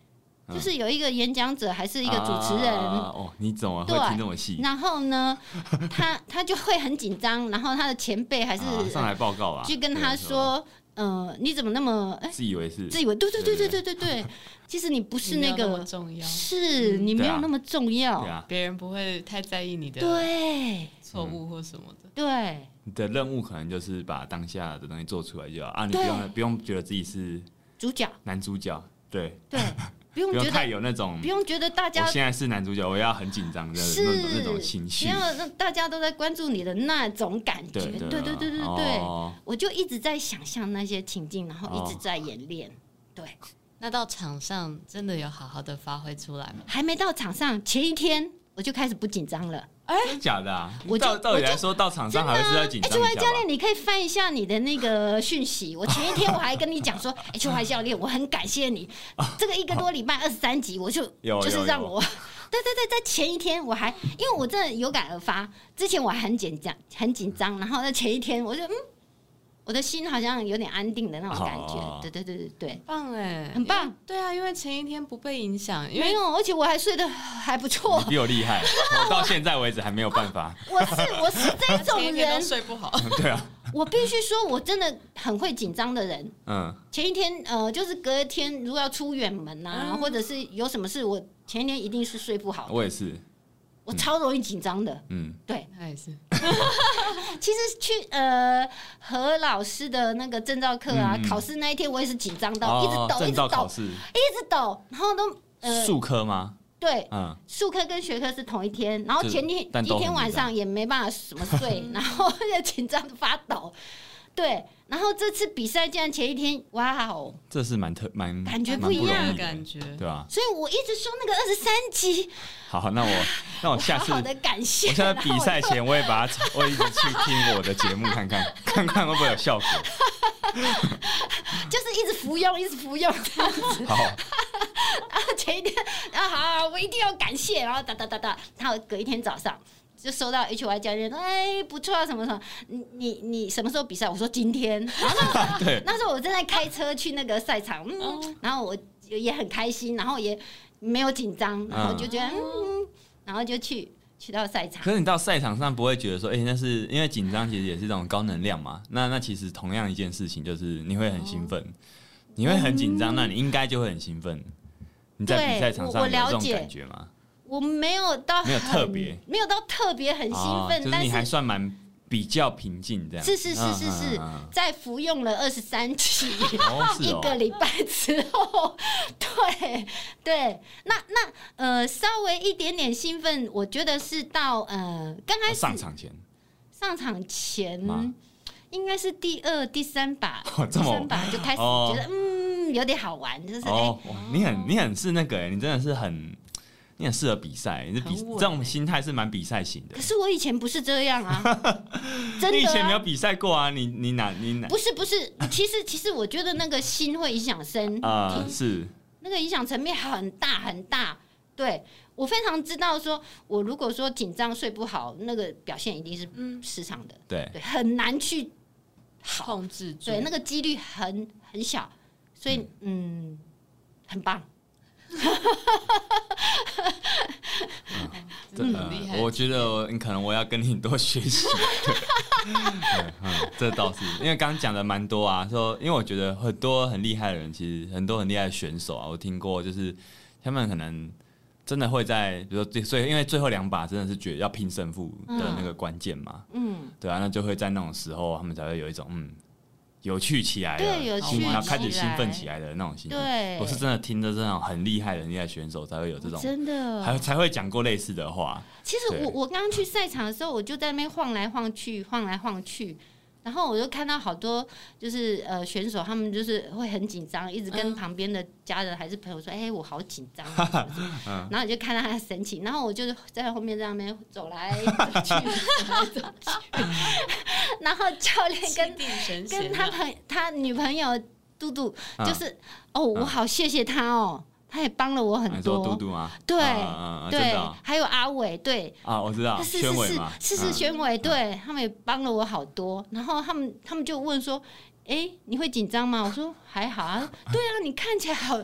Speaker 1: 嗯
Speaker 3: 就是有一个演讲者还是一个主持人，
Speaker 1: 啊哦，你怎么会
Speaker 3: 对啊
Speaker 1: 听这么细？
Speaker 3: 然后呢，他他就会很紧张，然后他的前辈还是、
Speaker 1: 啊上来报告啊，
Speaker 3: 去跟他
Speaker 1: 对，
Speaker 3: 说，呃，你怎么那么哎、
Speaker 1: 自以为是，
Speaker 3: 自以为对对对
Speaker 1: 对
Speaker 3: 对
Speaker 1: 对
Speaker 3: 对 对对，其实你不是
Speaker 4: 你没
Speaker 3: 那
Speaker 4: 有么
Speaker 3: 个，
Speaker 4: 重要，
Speaker 3: 是你
Speaker 1: 啊对
Speaker 3: 没
Speaker 1: 啊
Speaker 3: 有那么重要，
Speaker 1: 对啊，
Speaker 4: 别人不会太在意你的
Speaker 3: 对嗯
Speaker 4: 错误或什么的。
Speaker 3: 对
Speaker 1: 你的任务可能就是把当下的东西做出来就好啊，你不
Speaker 3: 对
Speaker 1: 用不用觉得自己是
Speaker 3: 主角
Speaker 1: 男主角，对，
Speaker 3: 对，不用
Speaker 1: 不用
Speaker 3: 觉
Speaker 1: 太
Speaker 3: 得
Speaker 1: 有那种
Speaker 3: 不用觉得大
Speaker 1: 我
Speaker 3: 家
Speaker 1: 现在是男主角，我要很紧张的
Speaker 3: 是
Speaker 1: 那种那种情绪
Speaker 3: 不，要让大家都在关注你的那种感觉，
Speaker 1: 对
Speaker 3: 对
Speaker 1: 对
Speaker 3: 对对对对对，
Speaker 1: 哦
Speaker 3: 我就一直在想象那些情境，然后一直
Speaker 1: 哦
Speaker 3: 在演练。对，
Speaker 4: 那到场上真的有好好的发挥出来吗？
Speaker 3: 还没到场上前一天我就开始不紧张了。
Speaker 1: 真的假的啊？
Speaker 3: 我就啊
Speaker 1: 照照理来说，到场上还会是要紧张一下
Speaker 3: 哎教练，
Speaker 1: 吧？
Speaker 3: 你可以翻一下你的那个讯息。我前一天我还跟你 讲说，哎，邱怀教练，我很感谢你，这个一个多礼拜二十三集，我就
Speaker 1: 哦有
Speaker 3: 就
Speaker 1: 有
Speaker 3: 是
Speaker 1: 有
Speaker 3: 让我，对对对，在前一天我还因为我真的有感而发，之前我还很紧张，很紧张，然后在前一天我就嗯，我的心好像有点安定的那种感
Speaker 1: 哦
Speaker 3: 觉，对对对对对。
Speaker 4: 棒哎，
Speaker 3: 很棒
Speaker 4: 因为。对啊，因为前一天不被影响，因
Speaker 3: 没
Speaker 4: 为
Speaker 3: 有，而且我还睡得还 不错
Speaker 1: 你。比我厉害，我到现在为止还没有办法。
Speaker 3: 我是我是这 种
Speaker 4: 前一天
Speaker 3: 人
Speaker 4: 都，睡不好。
Speaker 1: 对啊，
Speaker 3: 我必须说，我真的很会紧张的人。
Speaker 1: 嗯，
Speaker 3: 前一天呃，就是隔一天，如果要出远门啊，或者是有什么事，我前一天一定是睡不好，
Speaker 1: 我也是，
Speaker 3: 我超容易紧张的。
Speaker 1: 嗯，
Speaker 3: 对，
Speaker 4: 那也是，
Speaker 3: 其实去呃何老师的那个证照课啊，
Speaker 1: 嗯嗯
Speaker 3: 考试那一天我也是紧张到一直抖，一
Speaker 1: 哦证
Speaker 3: 直
Speaker 1: 照考
Speaker 3: 抖，
Speaker 1: 试，
Speaker 3: 一直抖，然后都呃
Speaker 1: 数科吗？
Speaker 3: 对，
Speaker 1: 嗯，
Speaker 3: 术科跟学科是同一天，然后
Speaker 1: 就是
Speaker 3: 前天
Speaker 1: 但
Speaker 3: 一
Speaker 1: 都很
Speaker 3: 天晚上也没办法什么睡， 然后就紧张的发抖。对，然后这次比赛竟然前一天，哇哦，
Speaker 1: 这是蛮特蛮
Speaker 3: 感觉
Speaker 1: 蛮
Speaker 3: 不
Speaker 1: 不
Speaker 3: 一样
Speaker 1: 容
Speaker 4: 的
Speaker 1: 易
Speaker 4: 感觉。
Speaker 1: 对吧？
Speaker 3: 所以我一直说那个二十三集，
Speaker 1: 好，那我 那我下
Speaker 3: 好
Speaker 1: 次
Speaker 3: 好的感 谢。
Speaker 1: 我现在
Speaker 3: 然后
Speaker 1: 比赛
Speaker 3: 就
Speaker 1: 前我也把它，我一直去听我的节目看 看，看看会不会有效果。
Speaker 3: 就是一直服用，一直服用这样子。
Speaker 1: 好，
Speaker 3: 然后前一天，然后好好，好我一定要感谢，然后哒哒哒哒，然后隔一天早上就收到 H Y 教练说，哎，不错啊，什么什么，你你你什么时候比赛？我说今天。然后那时候
Speaker 1: 对
Speaker 3: 那时候我正在开车去那个赛场，
Speaker 1: 哦
Speaker 3: 嗯，然后我也很开心，然后也没有紧张，然后就
Speaker 1: 啊
Speaker 3: 觉得嗯，然后就去去到赛场
Speaker 1: 可。是你到赛场上不会觉得说，哎、那是因为紧张，其实也是这种高能量嘛。那那其实同样一件事情，就是你会很兴
Speaker 3: 哦
Speaker 1: 奋，你会很紧张，那你应该就会很兴奋。你在
Speaker 3: 对
Speaker 1: 比赛场上
Speaker 3: 我我
Speaker 1: 有这
Speaker 3: 了
Speaker 1: 种
Speaker 3: 解
Speaker 1: 感觉吗？
Speaker 3: 我没有到
Speaker 1: 没有
Speaker 3: 很
Speaker 1: 特别，
Speaker 3: 没有到特别很兴
Speaker 1: 哦
Speaker 3: 奋，
Speaker 1: 就是
Speaker 3: 但
Speaker 1: 你还
Speaker 3: 是
Speaker 1: 算蛮比较平静这样。
Speaker 3: 是是是是是
Speaker 1: 嗯嗯嗯，
Speaker 3: 在服用了二十三期。
Speaker 1: 嗯哦是
Speaker 3: 一
Speaker 1: 哦，
Speaker 3: 个礼拜之后，对对，那那呃，稍微一点点兴奋，我觉得是到呃刚开
Speaker 1: 哦
Speaker 3: 始
Speaker 1: 上场前
Speaker 3: 上场前
Speaker 1: 吗，
Speaker 3: 应该是第二、第三把
Speaker 1: 哦，
Speaker 3: 第
Speaker 1: 这么
Speaker 3: 三把就开始
Speaker 1: 哦
Speaker 3: 觉得、嗯有点好玩，就是哎、
Speaker 1: 哦，哇，你很你很是那个、哎，你真的是很。你很适合比赛，你是比
Speaker 4: 很稳
Speaker 1: 这种心态是蛮比赛型的
Speaker 3: 欸哎可。是我以前不是这样 啊，真
Speaker 1: 你以
Speaker 3: 的、
Speaker 1: 前没有
Speaker 3: 啊。
Speaker 1: 比赛过啊？你你哪你哪
Speaker 3: 不是不是，其实其实我觉得那个心会影响 身，
Speaker 1: 啊、是
Speaker 3: 那个影响层面很大很大。对我非常知道说，我如果说紧张睡不好，那个表现一定是
Speaker 4: 嗯
Speaker 3: 失常的，
Speaker 1: 对，
Speaker 3: 对，很难去好，
Speaker 4: 控制住
Speaker 3: 对，，那个几率很很小，所以嗯很棒。
Speaker 1: 这
Speaker 4: 真的
Speaker 1: 呃
Speaker 4: 很厉害。
Speaker 1: 我觉得你可能我要跟你多学习。 对，对嗯，这倒是，因为刚刚讲的蛮多啊，说因为我觉得很多很厉害的人，其实很多很厉害的选手啊，我听过，就是他们可能真的会在，比如说最最，因为最后两把真的是决要拼胜负的那个关键嘛，
Speaker 3: 嗯，
Speaker 1: 对啊，那就会在那种时候，他们才会有一种嗯有趣起来了，
Speaker 3: 对有
Speaker 1: 兴
Speaker 3: 趣
Speaker 1: 然后开
Speaker 3: 起
Speaker 1: 始兴奋
Speaker 3: 来
Speaker 1: 起来的那种心情。
Speaker 3: 对，
Speaker 1: 我是真的听着这种很厉害的很厉害的选手才会有这种，
Speaker 3: 真
Speaker 1: 还
Speaker 3: 的。
Speaker 1: 才会讲过类似的话。
Speaker 3: 其实
Speaker 1: 对
Speaker 3: 我我刚刚去赛场的时候，我就在那边晃来晃去，晃来晃去。然后我就看到好多就是呃选手，他们就是会很紧张，一直跟旁边的家人还是朋友说：“哎、我好紧张。 啊”什么什
Speaker 1: 嗯
Speaker 3: 么然后你就看到他的神情，然后我就在后面在那边走来走去，走来走去。然后教 练跟
Speaker 4: 气定神闲
Speaker 3: 跟
Speaker 4: 啊
Speaker 3: 他朋他女朋友嘟嘟，
Speaker 1: 嗯
Speaker 3: 就是、哦，我好谢谢他哦，他也帮了我很
Speaker 1: 你
Speaker 3: 多。
Speaker 1: 说嘟嘟吗？
Speaker 3: 对
Speaker 1: 啊啊啊真
Speaker 3: 对
Speaker 1: 的啊，
Speaker 3: 还有阿伟，对，
Speaker 1: 啊我知道，
Speaker 3: 是
Speaker 1: 宣
Speaker 3: 是
Speaker 1: 伟
Speaker 3: 是
Speaker 1: 嘛，
Speaker 3: 是是
Speaker 1: 嗯
Speaker 3: 宣伟，对他们也帮了我好多。然后他们他们就问说：“哎，你会紧张吗？”我说：“还好啊。”对啊，你看起来好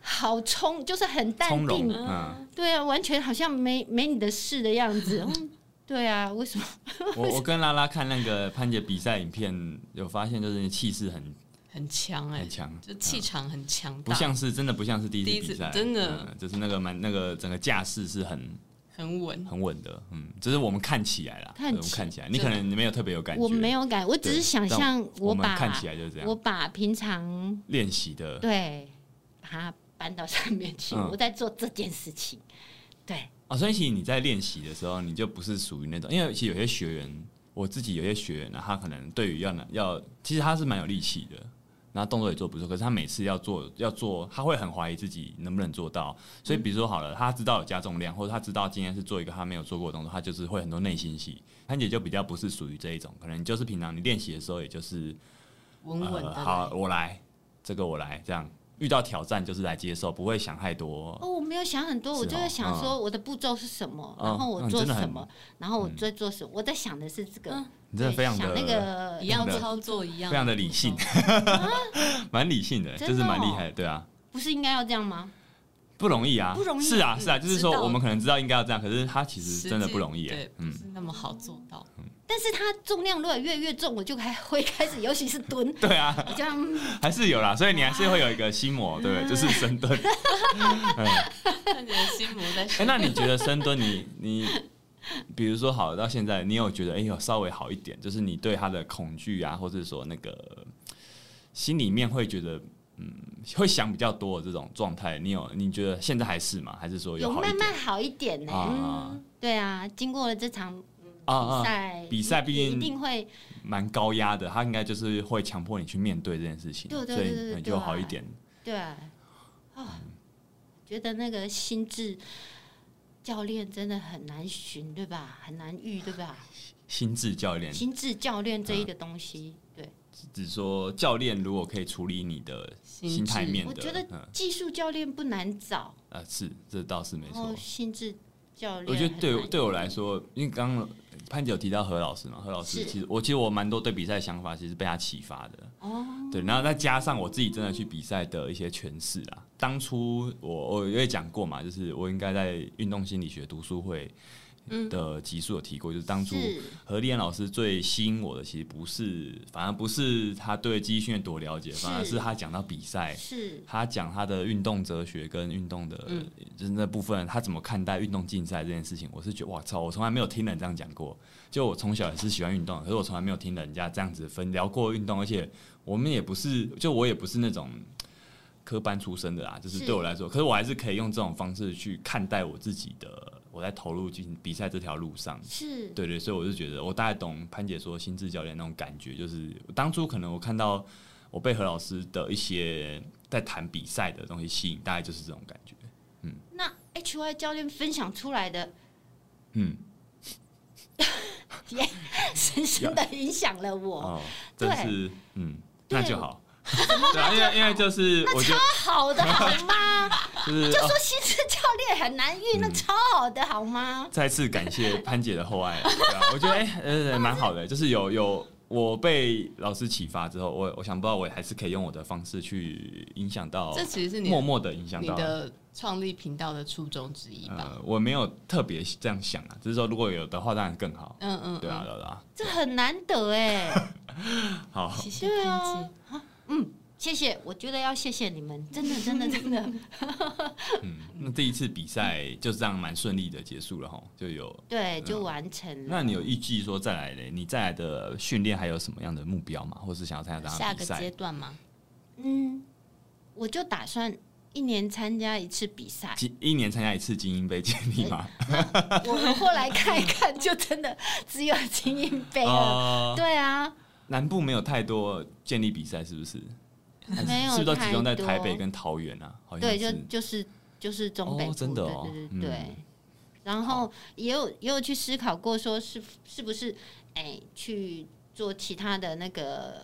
Speaker 3: 好冲，就是很淡
Speaker 1: 从容，
Speaker 3: 定，
Speaker 1: 嗯，
Speaker 3: 对啊，完全好像没没你的事的样 子。嗯，对啊，为什么？
Speaker 1: 我我跟拉拉看那个潘姐比赛影片，有发现就是你气势很
Speaker 4: 很强哎、
Speaker 1: 很强，
Speaker 4: 就气场很强
Speaker 1: 不
Speaker 4: 大，
Speaker 1: 像是真的不像是第
Speaker 4: 第
Speaker 1: 一
Speaker 4: 一
Speaker 1: 次
Speaker 4: 次
Speaker 1: 比赛，
Speaker 4: 真的
Speaker 1: 嗯就是那个蛮那个整个架势是很
Speaker 4: 很稳。
Speaker 1: 很稳的，嗯，就是我们看起来啦，
Speaker 3: 看起
Speaker 1: 我们看起来，你
Speaker 4: 真
Speaker 1: 可
Speaker 4: 的
Speaker 1: 能你没有特别有感觉，
Speaker 3: 我没有感，我只
Speaker 1: 对，
Speaker 3: 是想
Speaker 1: 但
Speaker 3: 象
Speaker 1: 我们
Speaker 3: 把
Speaker 1: 看起来就是这样嗯
Speaker 3: 我，把平常
Speaker 1: 练习的
Speaker 3: 对把它搬到上面去，
Speaker 1: 嗯
Speaker 3: 我在做这件事情。对，
Speaker 1: 哦，所以其实你在练习的时候，你就不是属于那种，因为其实有些学员，我自己有些学员呢，啊他可能对于要拿要，其实他是蛮有力气的，然后动作也做不错，可是他每次要做要做，他会很怀疑自己能不能做到。所以比如说好了，他知道有加重量，或者他知道今天是做一个他没有做过的动作，他就是会很多内心戏。潘姐就比较不是属于这一种，可能就是平常你练习的时候，也就是
Speaker 2: 稳稳的
Speaker 1: 呃，
Speaker 2: 来。
Speaker 1: 好，我来，这个我来，这样遇到挑战就是来接受，不会想太多。
Speaker 3: 哦，我没有想很多，
Speaker 1: 是
Speaker 3: 我就
Speaker 1: 哦
Speaker 3: 在想
Speaker 1: 嗯
Speaker 3: 说我的步骤是什么，
Speaker 1: 嗯
Speaker 3: 然后
Speaker 1: 那
Speaker 3: 我
Speaker 1: 你
Speaker 3: 做
Speaker 1: 真的
Speaker 3: 什
Speaker 1: 很嗯
Speaker 3: 么，然后我在做什么。我在想的是这个，
Speaker 1: 你真的
Speaker 3: 对
Speaker 1: 非常
Speaker 3: 想
Speaker 1: 的
Speaker 3: 那个
Speaker 4: 一样
Speaker 1: 真的
Speaker 4: 操作一样，
Speaker 1: 非常的理性，蛮理性的，
Speaker 3: 真的
Speaker 1: 就是蛮
Speaker 3: 哦
Speaker 1: 厉害的，对啊，
Speaker 3: 不是应该要这样吗？
Speaker 1: 不容易啊，
Speaker 3: 不容易嗯
Speaker 1: 是啊，是啊，就是说
Speaker 4: 知道
Speaker 1: 我们可能知道应该要这样，可是他其
Speaker 4: 实
Speaker 1: 实
Speaker 4: 际，
Speaker 1: 真的不容易
Speaker 4: 对
Speaker 1: 耶，，
Speaker 4: 不
Speaker 1: 嗯，
Speaker 4: 是那么好做到。
Speaker 3: 但是它重量如果越来越重，我就还会开始，尤其是 蹲，
Speaker 1: 对啊，
Speaker 3: 我就嗯
Speaker 1: 还是有啦，所以你还是会有一个心魔，对不对？就是深蹲。
Speaker 4: 那你的心魔在
Speaker 1: 哎，那你觉得深蹲你你，比如说好到现在，你有觉得哎有稍微好一点，就是你对他的恐惧啊，或者说那个心里面会觉得。嗯，会想比较多的这种状态，你有你觉得现在还是吗？还是说
Speaker 3: 有
Speaker 1: 好一点
Speaker 3: 慢慢好一点呢、
Speaker 1: 啊
Speaker 3: 嗯，对啊，经过了这场
Speaker 1: 啊
Speaker 3: 比
Speaker 1: 啊？
Speaker 3: 赛，
Speaker 1: 比赛毕竟
Speaker 3: 一定会
Speaker 1: 蛮高压的，他应该就是会强迫你去面对这件事情，啊
Speaker 3: 对对对
Speaker 1: 所以
Speaker 3: 对
Speaker 1: 你
Speaker 3: 对
Speaker 1: 就好一点。
Speaker 3: 对啊，哦觉得那个心智教练真的很难寻，对吧？很难遇，对吧？
Speaker 1: 心智教练
Speaker 3: 心智教练这一个东西，对，
Speaker 1: 只说教练如果可以处理你的
Speaker 4: 心智
Speaker 1: 心态面的，
Speaker 3: 我觉得
Speaker 1: 嗯
Speaker 3: 技术教练不难找，
Speaker 1: 呃是这倒是没
Speaker 3: 然
Speaker 1: 错
Speaker 3: 后。心智教练，
Speaker 1: 我觉得对我对我来，说，因为刚刚潘姐有提到何老师嘛，何老师
Speaker 3: 是
Speaker 1: 其实我其实我蛮多对比赛想法，其实被他启发的。
Speaker 3: 哦，
Speaker 1: 对，然后再加上我自己真的去比赛的一些诠释啊。当初我我也讲过嘛，就是我应该在运动心理学读书会的集数有提过，就是当初
Speaker 3: 嗯是
Speaker 1: 何立安老师最吸引我的，其实不是，反而不是他对肌力训练多了解，
Speaker 3: 是
Speaker 1: 反而是他讲到比赛，
Speaker 3: 是
Speaker 1: 他讲他的运动哲学跟运动的，就是那部分他怎么看待运动竞赛这件事情。我是觉得，哇操，我从来没有听人这样讲过。就我从小也是喜欢运动的，可是我从来没有听人家这样子分聊过运动，而且我们也不是，就我也不是那种。科班出身的啦，啊就是
Speaker 3: 是
Speaker 1: 对我来说，可是我还是可以用这种方式去看待我自己的，我在投入进比赛这条路上。
Speaker 3: 是，
Speaker 1: 对对，所以我就觉得，我大概懂潘姐说心智教练那种感觉，就是当初可能我看到我被何老师的一些在谈比赛的东西吸引，大概就是这种感觉。
Speaker 3: 那 H Y 教练分享出来的
Speaker 1: 嗯，
Speaker 3: 深深的影响了我，
Speaker 1: 哦，真
Speaker 3: 对
Speaker 1: 是，嗯，
Speaker 3: 对
Speaker 1: 那就好。对啊，因为因为就是我觉得
Speaker 3: 好的好吗？
Speaker 1: 就是、嗯
Speaker 3: 就
Speaker 1: 哦
Speaker 3: 说心智教练很难遇，那超好的好吗？
Speaker 1: 再次感谢潘姐的厚爱啊，对啊，我觉得哎、呃蛮好的，就是有有我被老师启发之后，我我想不到我还是可以用我的方式去影响到
Speaker 4: 这，其实是你
Speaker 1: 默默的影响
Speaker 4: 你
Speaker 1: 到
Speaker 4: 的创立频道的初衷之一吧？
Speaker 1: 呃，我没有特别这样想啊，只是说如果有的话，当然更好。
Speaker 4: 嗯嗯，
Speaker 1: 对啊，对啊，
Speaker 3: 这很难得哎，
Speaker 1: 对啊好
Speaker 4: 嗯，，谢谢
Speaker 3: 对啊
Speaker 4: 潘姐。
Speaker 3: 谢谢，我觉得要谢谢你们，真的真的真的，
Speaker 1: 嗯，那第一次比赛就这样蛮顺利的结束了哈，就有。
Speaker 3: 对，就完成了。
Speaker 1: 那你有预计说再来嘞？你再来的训练还有什么样的目标吗？或是想要参加哪
Speaker 4: 下
Speaker 1: 样的
Speaker 4: 个
Speaker 1: 比
Speaker 4: 阶
Speaker 1: 赛？，
Speaker 4: 段嘛，
Speaker 3: 嗯，我就打算一年参加一次比赛
Speaker 1: 精一年参加一次精英杯接力吗？
Speaker 3: 我我后来看一看，就真的只有精英杯了。
Speaker 1: 哦，
Speaker 3: 对啊，
Speaker 1: 南部没有太多建立比赛，是不是？
Speaker 3: 没有
Speaker 1: 是不是都集中在
Speaker 3: 太
Speaker 1: 台
Speaker 3: 多
Speaker 1: 北跟桃园啊？好像
Speaker 3: 对，就是就是就是中北
Speaker 1: 哦
Speaker 3: 部，
Speaker 1: 真的哦
Speaker 3: 对对
Speaker 1: 嗯
Speaker 3: 对对。然后也有也有去思考过，说是是不是哎、去做其他的那个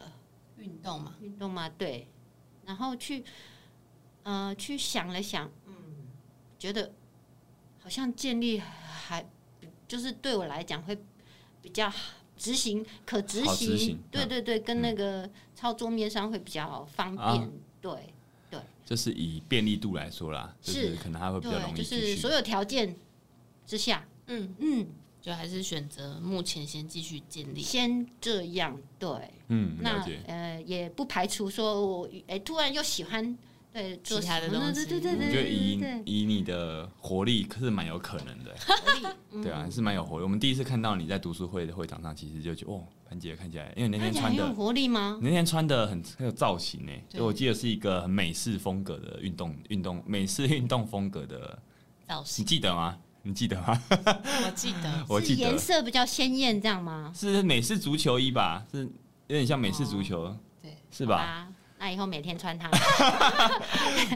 Speaker 4: 运动嘛，
Speaker 3: 运动吗？对，然后去呃去想了想，嗯，觉得好像建立还就是对我来讲会比较执行可执
Speaker 1: 好执行
Speaker 3: 对
Speaker 1: 嗯
Speaker 3: 对对，跟那个操作面上会比较方便，
Speaker 1: 啊
Speaker 3: 对
Speaker 1: 就是以便利度来说啦，就是是可能它会比较容
Speaker 3: 对，
Speaker 1: 易
Speaker 3: 就
Speaker 1: 继
Speaker 3: 是
Speaker 1: 续
Speaker 3: 所有条件之下，
Speaker 4: 嗯，
Speaker 3: 嗯，
Speaker 4: 就还是选择目前先继续建立。
Speaker 3: 先这样，对，
Speaker 1: 嗯，了
Speaker 3: 那
Speaker 1: 解，
Speaker 3: 呃也不排除说我哎、突然又喜欢对做
Speaker 4: 其他的
Speaker 3: 什么
Speaker 4: 东
Speaker 3: 对
Speaker 4: 西
Speaker 3: 对对
Speaker 1: 我
Speaker 3: 对
Speaker 1: 觉得
Speaker 3: 对
Speaker 1: 以
Speaker 3: 对
Speaker 1: 以你的活力，可是蛮有可能的，欸
Speaker 3: 对，
Speaker 1: 对啊，是蛮有活力。我们第一次看到你在读书会的会场上，其实就觉得哦，潘姐看起来，因为你那
Speaker 3: 看
Speaker 1: 天
Speaker 3: 起来很
Speaker 1: 穿的
Speaker 3: 哎有，活力嗯吗？
Speaker 1: 你那天穿的很很有造型诶，
Speaker 4: 对
Speaker 1: 就我记得是一个很美式风格的运动运动 美式运动风格的，
Speaker 4: 造
Speaker 1: 你
Speaker 4: 型，
Speaker 1: 记得吗？你记得 吗？
Speaker 4: 我记得
Speaker 1: 我
Speaker 3: 是
Speaker 1: 记
Speaker 3: 颜
Speaker 1: 得
Speaker 3: 色比较鲜艳，这样吗？
Speaker 1: 是美式足球衣吧，是有点像美式足球，
Speaker 3: 哦
Speaker 4: 对，
Speaker 1: 是
Speaker 3: 好
Speaker 1: 吧？
Speaker 3: 吧？那以后每天 穿它，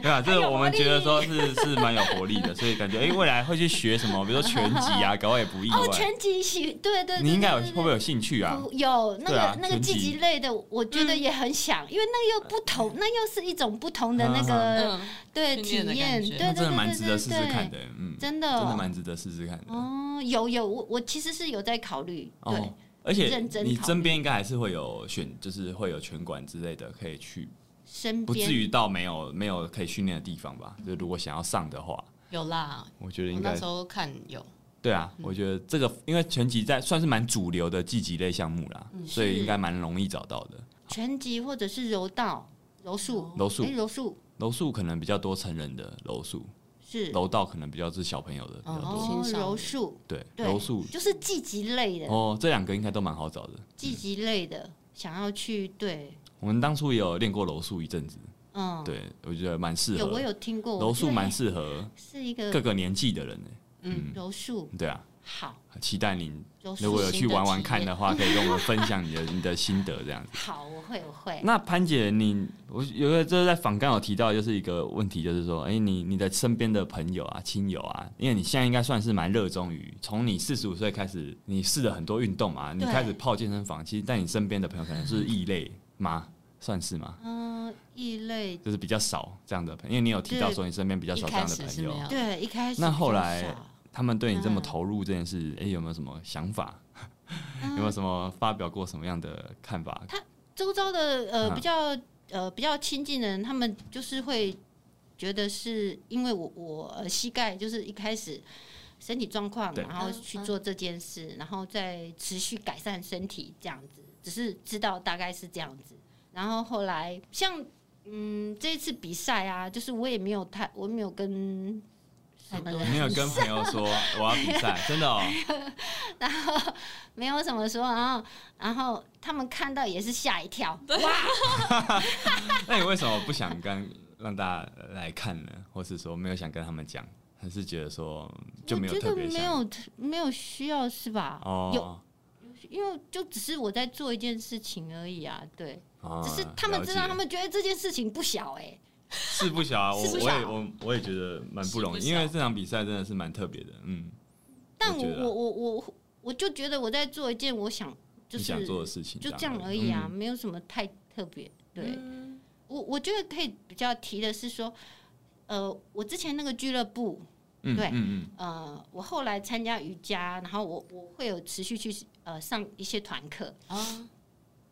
Speaker 1: 对啊，这个我们觉得说是是蛮有活力的，所以感觉哎、诶未来会去学什么，比如说拳击啊，搞不好也不意外。
Speaker 3: 哦，全集喜，对对对，
Speaker 1: 你应该有
Speaker 3: 对
Speaker 1: 会不会有兴趣啊？
Speaker 3: 不有那
Speaker 1: 对
Speaker 3: 个、
Speaker 1: 啊
Speaker 3: 那个
Speaker 1: 拳击
Speaker 3: 积极类的，我觉得也
Speaker 4: 嗯
Speaker 3: 很想，因为那又不
Speaker 1: 嗯
Speaker 3: 同，那又是一种不同的那个、
Speaker 4: 嗯，
Speaker 3: 对体
Speaker 4: 训练的
Speaker 3: 验，
Speaker 4: 感
Speaker 3: 对
Speaker 4: 觉
Speaker 1: 啊
Speaker 3: 对
Speaker 1: 那
Speaker 3: 对
Speaker 1: 真的蛮
Speaker 3: 对
Speaker 1: 值得
Speaker 3: 对
Speaker 1: 试试看的
Speaker 3: 对，，
Speaker 1: 嗯，
Speaker 3: 真的
Speaker 1: 真的
Speaker 3: 哦
Speaker 1: 蛮值得试试看的。
Speaker 3: 哦，有有，我我其实是有在考虑，对，
Speaker 1: 哦，而且
Speaker 3: 认真
Speaker 1: 你
Speaker 3: 考
Speaker 1: 身
Speaker 3: 虑
Speaker 1: 边应该还是会有选，就是会有拳馆之类的可以去，
Speaker 3: 身
Speaker 1: 不至
Speaker 3: 边
Speaker 1: 于到没有没有可以训练的地方吧？就如果想要上的话，
Speaker 4: 有啦，
Speaker 1: 我觉
Speaker 3: 哦
Speaker 1: 得
Speaker 4: 我
Speaker 1: 应
Speaker 4: 那
Speaker 1: 该
Speaker 4: 时候看有，
Speaker 1: 对啊，
Speaker 3: 嗯
Speaker 1: 我觉得这个因为拳击在算是蛮主流的技击类项目啦，所以
Speaker 3: 嗯是
Speaker 1: 应该蛮容易找到的。
Speaker 3: 拳击或者是柔道、柔术、
Speaker 1: 柔术
Speaker 3: 哎，柔术
Speaker 1: 柔术可能比较多成人的柔术，
Speaker 3: 是
Speaker 1: 柔道可能比较是小朋友的比较
Speaker 4: 柔
Speaker 1: 多。
Speaker 3: 哦
Speaker 4: 青，少
Speaker 3: 柔
Speaker 4: 年
Speaker 3: 术
Speaker 1: 对，
Speaker 3: 对
Speaker 1: 柔术
Speaker 3: 就是积极类的，
Speaker 1: 哦，这两个应该都蛮好找的。
Speaker 3: 积极类的想要去对，
Speaker 1: 我们当初也有练过柔术一阵子，
Speaker 3: 嗯，
Speaker 1: 对我觉得蛮适
Speaker 3: 有
Speaker 1: 合
Speaker 3: 我。有听过，
Speaker 1: 柔
Speaker 3: 我
Speaker 1: 术
Speaker 3: 觉得
Speaker 1: 蛮适合
Speaker 3: 是一个
Speaker 1: 各个年纪的人呢。嗯，
Speaker 3: 柔术
Speaker 1: 对啊，
Speaker 3: 好，
Speaker 1: 期待您
Speaker 3: 柔术
Speaker 1: 如果有去
Speaker 3: 新的
Speaker 1: 玩玩
Speaker 3: 体
Speaker 1: 看
Speaker 3: 验
Speaker 1: 的话，可以跟我们分享你的你的心得 这样子。
Speaker 3: 好，我会，我会。
Speaker 1: 那潘姐，你我有一个就是在访刚有提到，就是一个问题，就是说，哎、你你的身边的朋友啊、亲友啊，因为你现在应该算是蛮热衷于，从你四十五岁开始，你试了很多运动嘛，你
Speaker 3: 对
Speaker 1: 开始泡健身房，其实在你身边的朋友可能是异类吗？算是吗？
Speaker 3: 嗯，异类，
Speaker 1: 就是比较少这样的朋友，因为你有提到
Speaker 3: 对
Speaker 1: 说你身边比较少这样的
Speaker 4: 一开始
Speaker 1: 朋
Speaker 4: 是
Speaker 1: 友
Speaker 4: 没，有
Speaker 3: 对，一开始
Speaker 1: 那
Speaker 3: 比较
Speaker 1: 后来
Speaker 3: 少
Speaker 1: 他们对你这么
Speaker 3: 嗯
Speaker 1: 投入这件事，哎、有没有什么想法？有没有什么发表过什么样的看法？
Speaker 3: 周遭的呃
Speaker 1: 嗯
Speaker 3: 比较呃比较亲近的人，他们就是会觉得是因为我我呃膝盖就是一开始身体状况，
Speaker 1: 对
Speaker 3: 然后
Speaker 4: 嗯
Speaker 3: 去
Speaker 4: 嗯
Speaker 3: 做这件事，然后再持续改善身体这样子，只是知道大概是这样子。然后后来像嗯这一次比赛啊，就是我也没有太我没有跟什么人
Speaker 1: 没有跟朋友说我要比赛，真的哦，
Speaker 3: 没有什么说，然后然后他们看到也是吓一跳，
Speaker 1: 那你为什么不想跟让大家来看呢？或是说没有想跟他们讲，还是觉得说就没有
Speaker 3: 我觉
Speaker 1: 特
Speaker 3: 得
Speaker 1: 别
Speaker 3: 没
Speaker 1: 想？
Speaker 3: 有特没有需要是吧？有，
Speaker 1: 哦，
Speaker 3: 因为就只是我在做一件事情而已啊，对，
Speaker 1: 哦
Speaker 3: 只是他们知
Speaker 1: 了
Speaker 3: 道，
Speaker 1: 解
Speaker 3: 他们觉得这件事情不小哎、
Speaker 1: 是不小啊，我
Speaker 3: 是不小
Speaker 1: 我也我我也觉得蛮不容易，
Speaker 4: 是不
Speaker 1: 因
Speaker 4: 小
Speaker 1: 为这场比赛真的是蛮特别的，嗯，
Speaker 3: 但
Speaker 1: 我
Speaker 3: 我
Speaker 1: 觉得啊
Speaker 3: 我我我我就觉得我在做一件我想就
Speaker 1: 你
Speaker 3: 是
Speaker 1: 想做的嗯事情
Speaker 3: 就这样而已啊，，没有什么太特别。对、我我觉得可以比较提的是说，呃，我之前那个俱乐部，
Speaker 1: 嗯
Speaker 3: 对
Speaker 1: 嗯嗯
Speaker 3: 呃，我后来参加瑜伽，然后我我会有持续去呃上一些团课，
Speaker 4: 啊，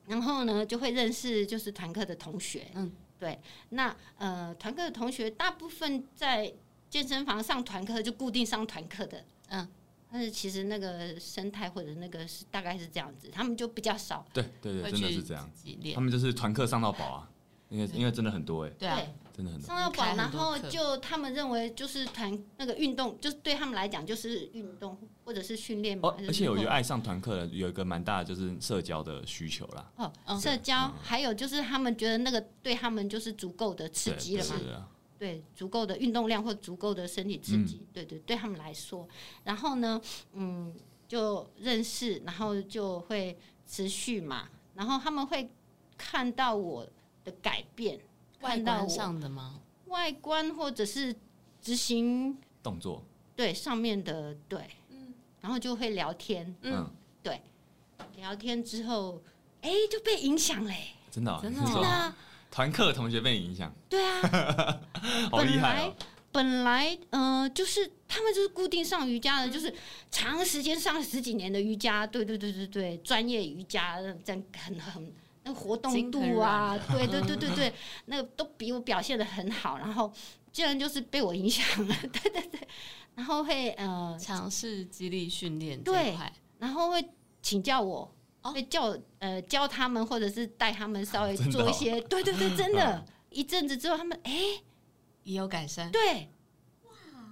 Speaker 3: 然后呢就会认识就是团课的同学，
Speaker 4: 嗯，
Speaker 3: 对，那呃团课的同学大部分在健身房上团课就固定上团课的，
Speaker 4: 嗯，
Speaker 3: 但是其实那个生态或者那个是大概是这样子，他们就比较少，
Speaker 1: 对对对，
Speaker 4: 会
Speaker 1: 真的
Speaker 4: 去
Speaker 1: 是这样，
Speaker 4: 自己练
Speaker 1: 他们就是团课上到饱啊，因为
Speaker 4: 对
Speaker 1: 因为真的很多哎，
Speaker 4: 对啊，
Speaker 1: 真的很多，
Speaker 3: 上到
Speaker 4: 开
Speaker 3: 宝，
Speaker 4: 很
Speaker 3: 然
Speaker 4: 多
Speaker 3: 后
Speaker 4: 课
Speaker 3: 就他们认为就是团那个运动，就是对他们来讲就是运动或者是训练嘛，
Speaker 1: 哦，而且我觉得爱上团课的有一个蛮大的就是社交的需求啦。
Speaker 3: 哦，
Speaker 1: 啊
Speaker 4: 嗯
Speaker 3: 社交，还有就是他们觉得那个对他们就是足够的刺
Speaker 1: 对
Speaker 3: 激了嘛，
Speaker 1: 对啊
Speaker 3: 对，足够的运动量或足够的身体刺激，对对，对他们来说，然后呢，嗯，就认识，然后就会持续嘛，然后他们会看到我的改变，
Speaker 4: 外
Speaker 3: 看到
Speaker 4: 观
Speaker 3: 我
Speaker 4: 上的
Speaker 1: 啊
Speaker 4: 吗？
Speaker 3: 外观或者是执行
Speaker 1: 动作，
Speaker 3: 对上面的对，然后就会聊天，
Speaker 1: 嗯，
Speaker 3: 聊天之后，哎，就被影响欸嘞、
Speaker 1: 真的哦，
Speaker 4: 真的
Speaker 1: 你是
Speaker 4: 哦
Speaker 1: 说
Speaker 3: 真的啊、
Speaker 1: 团课同学被你影响，
Speaker 3: 对啊。
Speaker 1: 好厉害哦！
Speaker 3: 本来呃，就是他们就是固定上瑜伽的，就是长时间上十几年的瑜伽，对对对对对，专业瑜伽这样很很那活动
Speaker 4: 精
Speaker 3: 度
Speaker 4: 疲
Speaker 3: 啊，
Speaker 4: 软
Speaker 3: 对对对对对，那个都比我表现的很好，然后竟然就是被我影响了，对对对，然后会呃，
Speaker 4: 尝试激励训练这
Speaker 3: 对
Speaker 4: 一块，
Speaker 3: 然后会请教我，
Speaker 4: 哦
Speaker 3: 会叫我呃教他们，或者是带他们稍微
Speaker 1: 真的哦
Speaker 3: 做一些，对对对，真的，一阵子之后他们哎、
Speaker 4: 也有改善。
Speaker 3: 对，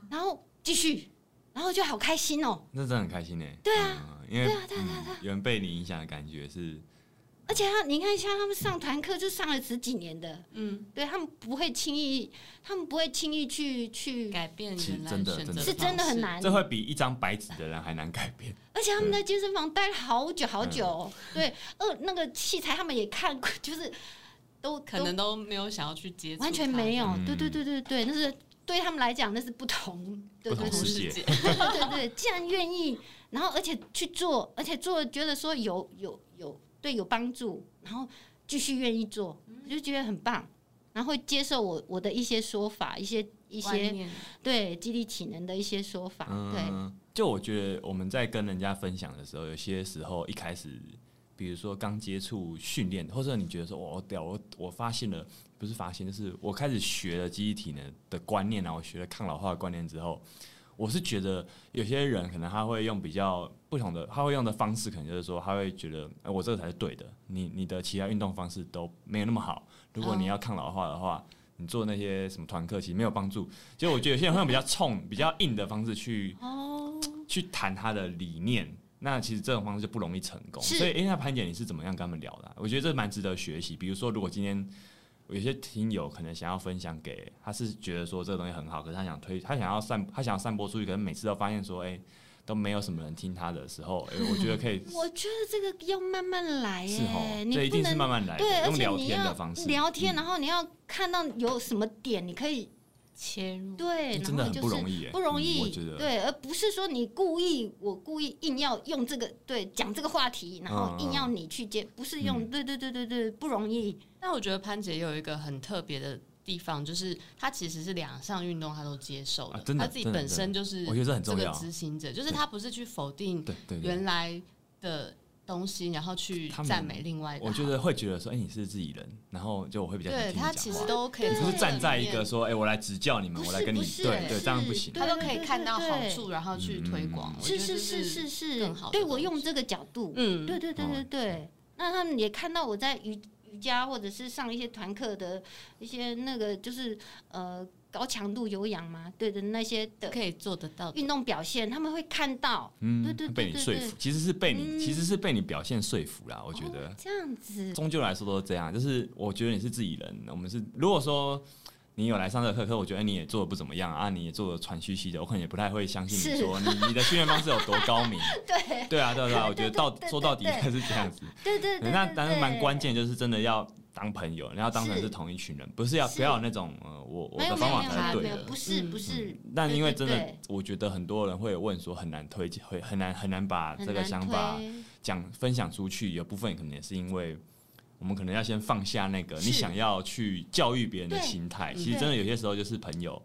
Speaker 3: 然后继续，然后就好开心哦，
Speaker 1: 那真的很开心呢。
Speaker 3: 对
Speaker 1: 啊，因为
Speaker 3: 对啊对啊
Speaker 1: 嗯有人被你影响的感觉是，
Speaker 3: 而且他你看像他们上团课就上了十几年的，
Speaker 4: 嗯，
Speaker 3: 对他们不会轻易，他们不会轻易去去，
Speaker 4: 改变
Speaker 1: 其实
Speaker 4: 原来
Speaker 1: 真的
Speaker 4: 选
Speaker 1: 真
Speaker 4: 择
Speaker 1: 的
Speaker 3: 是真的很
Speaker 4: 方式。
Speaker 3: 难
Speaker 1: 这。会比一张白纸的人还难改变。
Speaker 3: 而且他们在健身房待了好久好久
Speaker 4: 嗯
Speaker 3: 哦，对，呃，那个器材他们也看过， 就是都
Speaker 4: 可能都没有想要去接触
Speaker 3: 都
Speaker 4: 它，
Speaker 3: 完全没有
Speaker 1: 嗯。
Speaker 3: 对对对对对，那是对他们来讲那是不同，对
Speaker 1: 不
Speaker 3: 对
Speaker 1: 同
Speaker 3: 对
Speaker 1: 世
Speaker 4: 世
Speaker 1: 界
Speaker 4: 界。
Speaker 3: 对对对对，既然愿意，然后而且去做，而且做觉得说有有有对有帮助，然后继续愿意做，
Speaker 4: 嗯
Speaker 3: 我就觉得很棒。然后会接受我我的一些说法，一些一
Speaker 4: 观
Speaker 3: 些
Speaker 4: 念
Speaker 3: 对激励体能的一些说法，对，
Speaker 1: 嗯，就我觉得我们在跟人家分享的时候，有些时候一开始，比如说刚接触训练，或者你觉得说，我屌，我我发现了，不是发现，就是我开始学了记忆体能的观念啊，我学了抗老化的观念之后，我是觉得有些人可能他会用比较不同的，他会用的方式，可能就是说他会觉得，呃，我这个才是对的，你你的其他运动方式都没有那么好，如果你要抗老化的话。你做那些什么团课，其实没有帮助。其实我觉得有些人会用比较 冲、比较硬的方式去
Speaker 3: 哦，
Speaker 1: 去谈他的理念，那其实这种方式就不容易成功。
Speaker 3: 是，
Speaker 1: 所以，哎、那潘姐你是怎么样跟他们聊的啊、我觉得这蛮值得学习。比如说，如果今天有些听友可能想要分享给他，是觉得说这个东西很好，可是他想推，他想要散，他想要散播出去，可能每次都发现说，哎、都没有什么人听他的时候，哎、我觉得可以
Speaker 3: 我觉得这个要慢慢来
Speaker 1: 是哦 这
Speaker 3: 耶，，哎你
Speaker 1: 一
Speaker 3: 不
Speaker 1: 定是
Speaker 3: 能
Speaker 1: 慢慢来的
Speaker 3: 对，，而
Speaker 1: 用
Speaker 3: 且
Speaker 1: 聊
Speaker 3: 你
Speaker 1: 天
Speaker 3: 要
Speaker 1: 的方式
Speaker 3: 聊天，
Speaker 1: 嗯
Speaker 3: 然后你要看到有什么点，你可以
Speaker 4: 切入，
Speaker 3: 对，
Speaker 1: 哎真的
Speaker 3: 然后
Speaker 1: 很
Speaker 3: 就
Speaker 1: 不
Speaker 3: 是
Speaker 1: 容易、哎
Speaker 3: 不容
Speaker 1: 嗯
Speaker 3: 易，
Speaker 1: 我觉得
Speaker 3: 对，而不是说你故意，我故意硬要用这个对讲这个话题，然后硬要你去接，不是用、
Speaker 1: 嗯
Speaker 3: 对对对对对，不容易，
Speaker 4: 但我觉得潘姐有一个很特别的地方，就是她其实是两项运动她都接受
Speaker 1: 啊真的
Speaker 4: 她自己
Speaker 1: 真的
Speaker 4: 本身就是
Speaker 1: 我觉得这很
Speaker 4: 这
Speaker 1: 重
Speaker 4: 个
Speaker 1: 要，
Speaker 4: 执行者，就是
Speaker 1: 对
Speaker 4: 她不是去否定
Speaker 1: 对对对。
Speaker 4: 原来的东西，然后去
Speaker 1: 他们
Speaker 4: 赞美另外的。
Speaker 1: 我觉得会觉得说，哎、你是自己人，然后就我会比较想
Speaker 4: 对
Speaker 1: 听你
Speaker 4: 她
Speaker 1: 讲
Speaker 4: 其
Speaker 1: 话
Speaker 4: 实都可以，
Speaker 1: 你
Speaker 3: 对
Speaker 1: 不是站在一个说，哎、我来指教你们，
Speaker 3: 不
Speaker 1: 我
Speaker 3: 是
Speaker 1: 来跟你
Speaker 3: 不是
Speaker 1: 对对，
Speaker 3: 是
Speaker 1: 这样不行。
Speaker 3: 对
Speaker 4: 她都可以看到好
Speaker 3: 对对
Speaker 4: 处，然后去推广。
Speaker 1: 嗯
Speaker 4: 我觉
Speaker 3: 是
Speaker 4: 得
Speaker 3: 是
Speaker 4: 这
Speaker 3: 是是是
Speaker 4: 更好，的
Speaker 3: 对
Speaker 4: 东
Speaker 3: 我用
Speaker 4: 西
Speaker 3: 这个角度，
Speaker 4: 嗯，
Speaker 3: 对对对对对，那他们也看到我在瑜瑜伽或者是上一些团课的一些那个就是呃高强度有氧嘛，对的那些的
Speaker 4: 可以做得到的。
Speaker 3: 运动表现，他们会看到，
Speaker 1: 嗯
Speaker 3: 对对对
Speaker 1: 被你
Speaker 3: 对
Speaker 1: 说
Speaker 3: 对嗯
Speaker 1: 服，其实是被你，其实是被你表现说服啦。我觉得
Speaker 3: 哦、这样子，
Speaker 1: 终究来说都是这样，就是我觉得你是自己人，我们是如果说。你有来上这个课，可我觉得哎你也做的不怎么样啊，你也做的喘吁吁的，我可能也不太会相信你
Speaker 3: 是
Speaker 1: 说你你的训练方式有多高 明。
Speaker 3: 对
Speaker 1: 对啊，对啊，对啊，我觉得到
Speaker 3: 对对
Speaker 1: 说到底
Speaker 3: 对对
Speaker 1: 还是这样子。
Speaker 3: 对对对，
Speaker 1: 那
Speaker 3: 对
Speaker 1: 但是蛮
Speaker 3: 对
Speaker 1: 关键，就是真的要当朋友，你要当成
Speaker 3: 是
Speaker 1: 是同一群人，不是要不
Speaker 3: 是
Speaker 1: 要有那种呃，我我
Speaker 3: 没
Speaker 1: 的
Speaker 3: 有
Speaker 1: 方
Speaker 3: 没
Speaker 1: 法
Speaker 3: 有没有
Speaker 1: 才是
Speaker 3: 没
Speaker 1: 对
Speaker 3: 有
Speaker 1: 的，。
Speaker 3: 不是
Speaker 4: 嗯
Speaker 3: 不是，
Speaker 1: 但因为真
Speaker 3: 对
Speaker 1: 的
Speaker 3: 对，
Speaker 1: 我觉得很多人会有问说很难推荐，会很难很难把
Speaker 3: 很
Speaker 1: 这个
Speaker 3: 难
Speaker 1: 想法
Speaker 3: 推
Speaker 1: 讲分享出去。有部分可能也是因为我们可能要先放下那个
Speaker 3: 是
Speaker 1: 你想要去教育别人的
Speaker 3: 对
Speaker 1: 心态。
Speaker 4: 嗯
Speaker 1: 其实真的有些时候就是朋友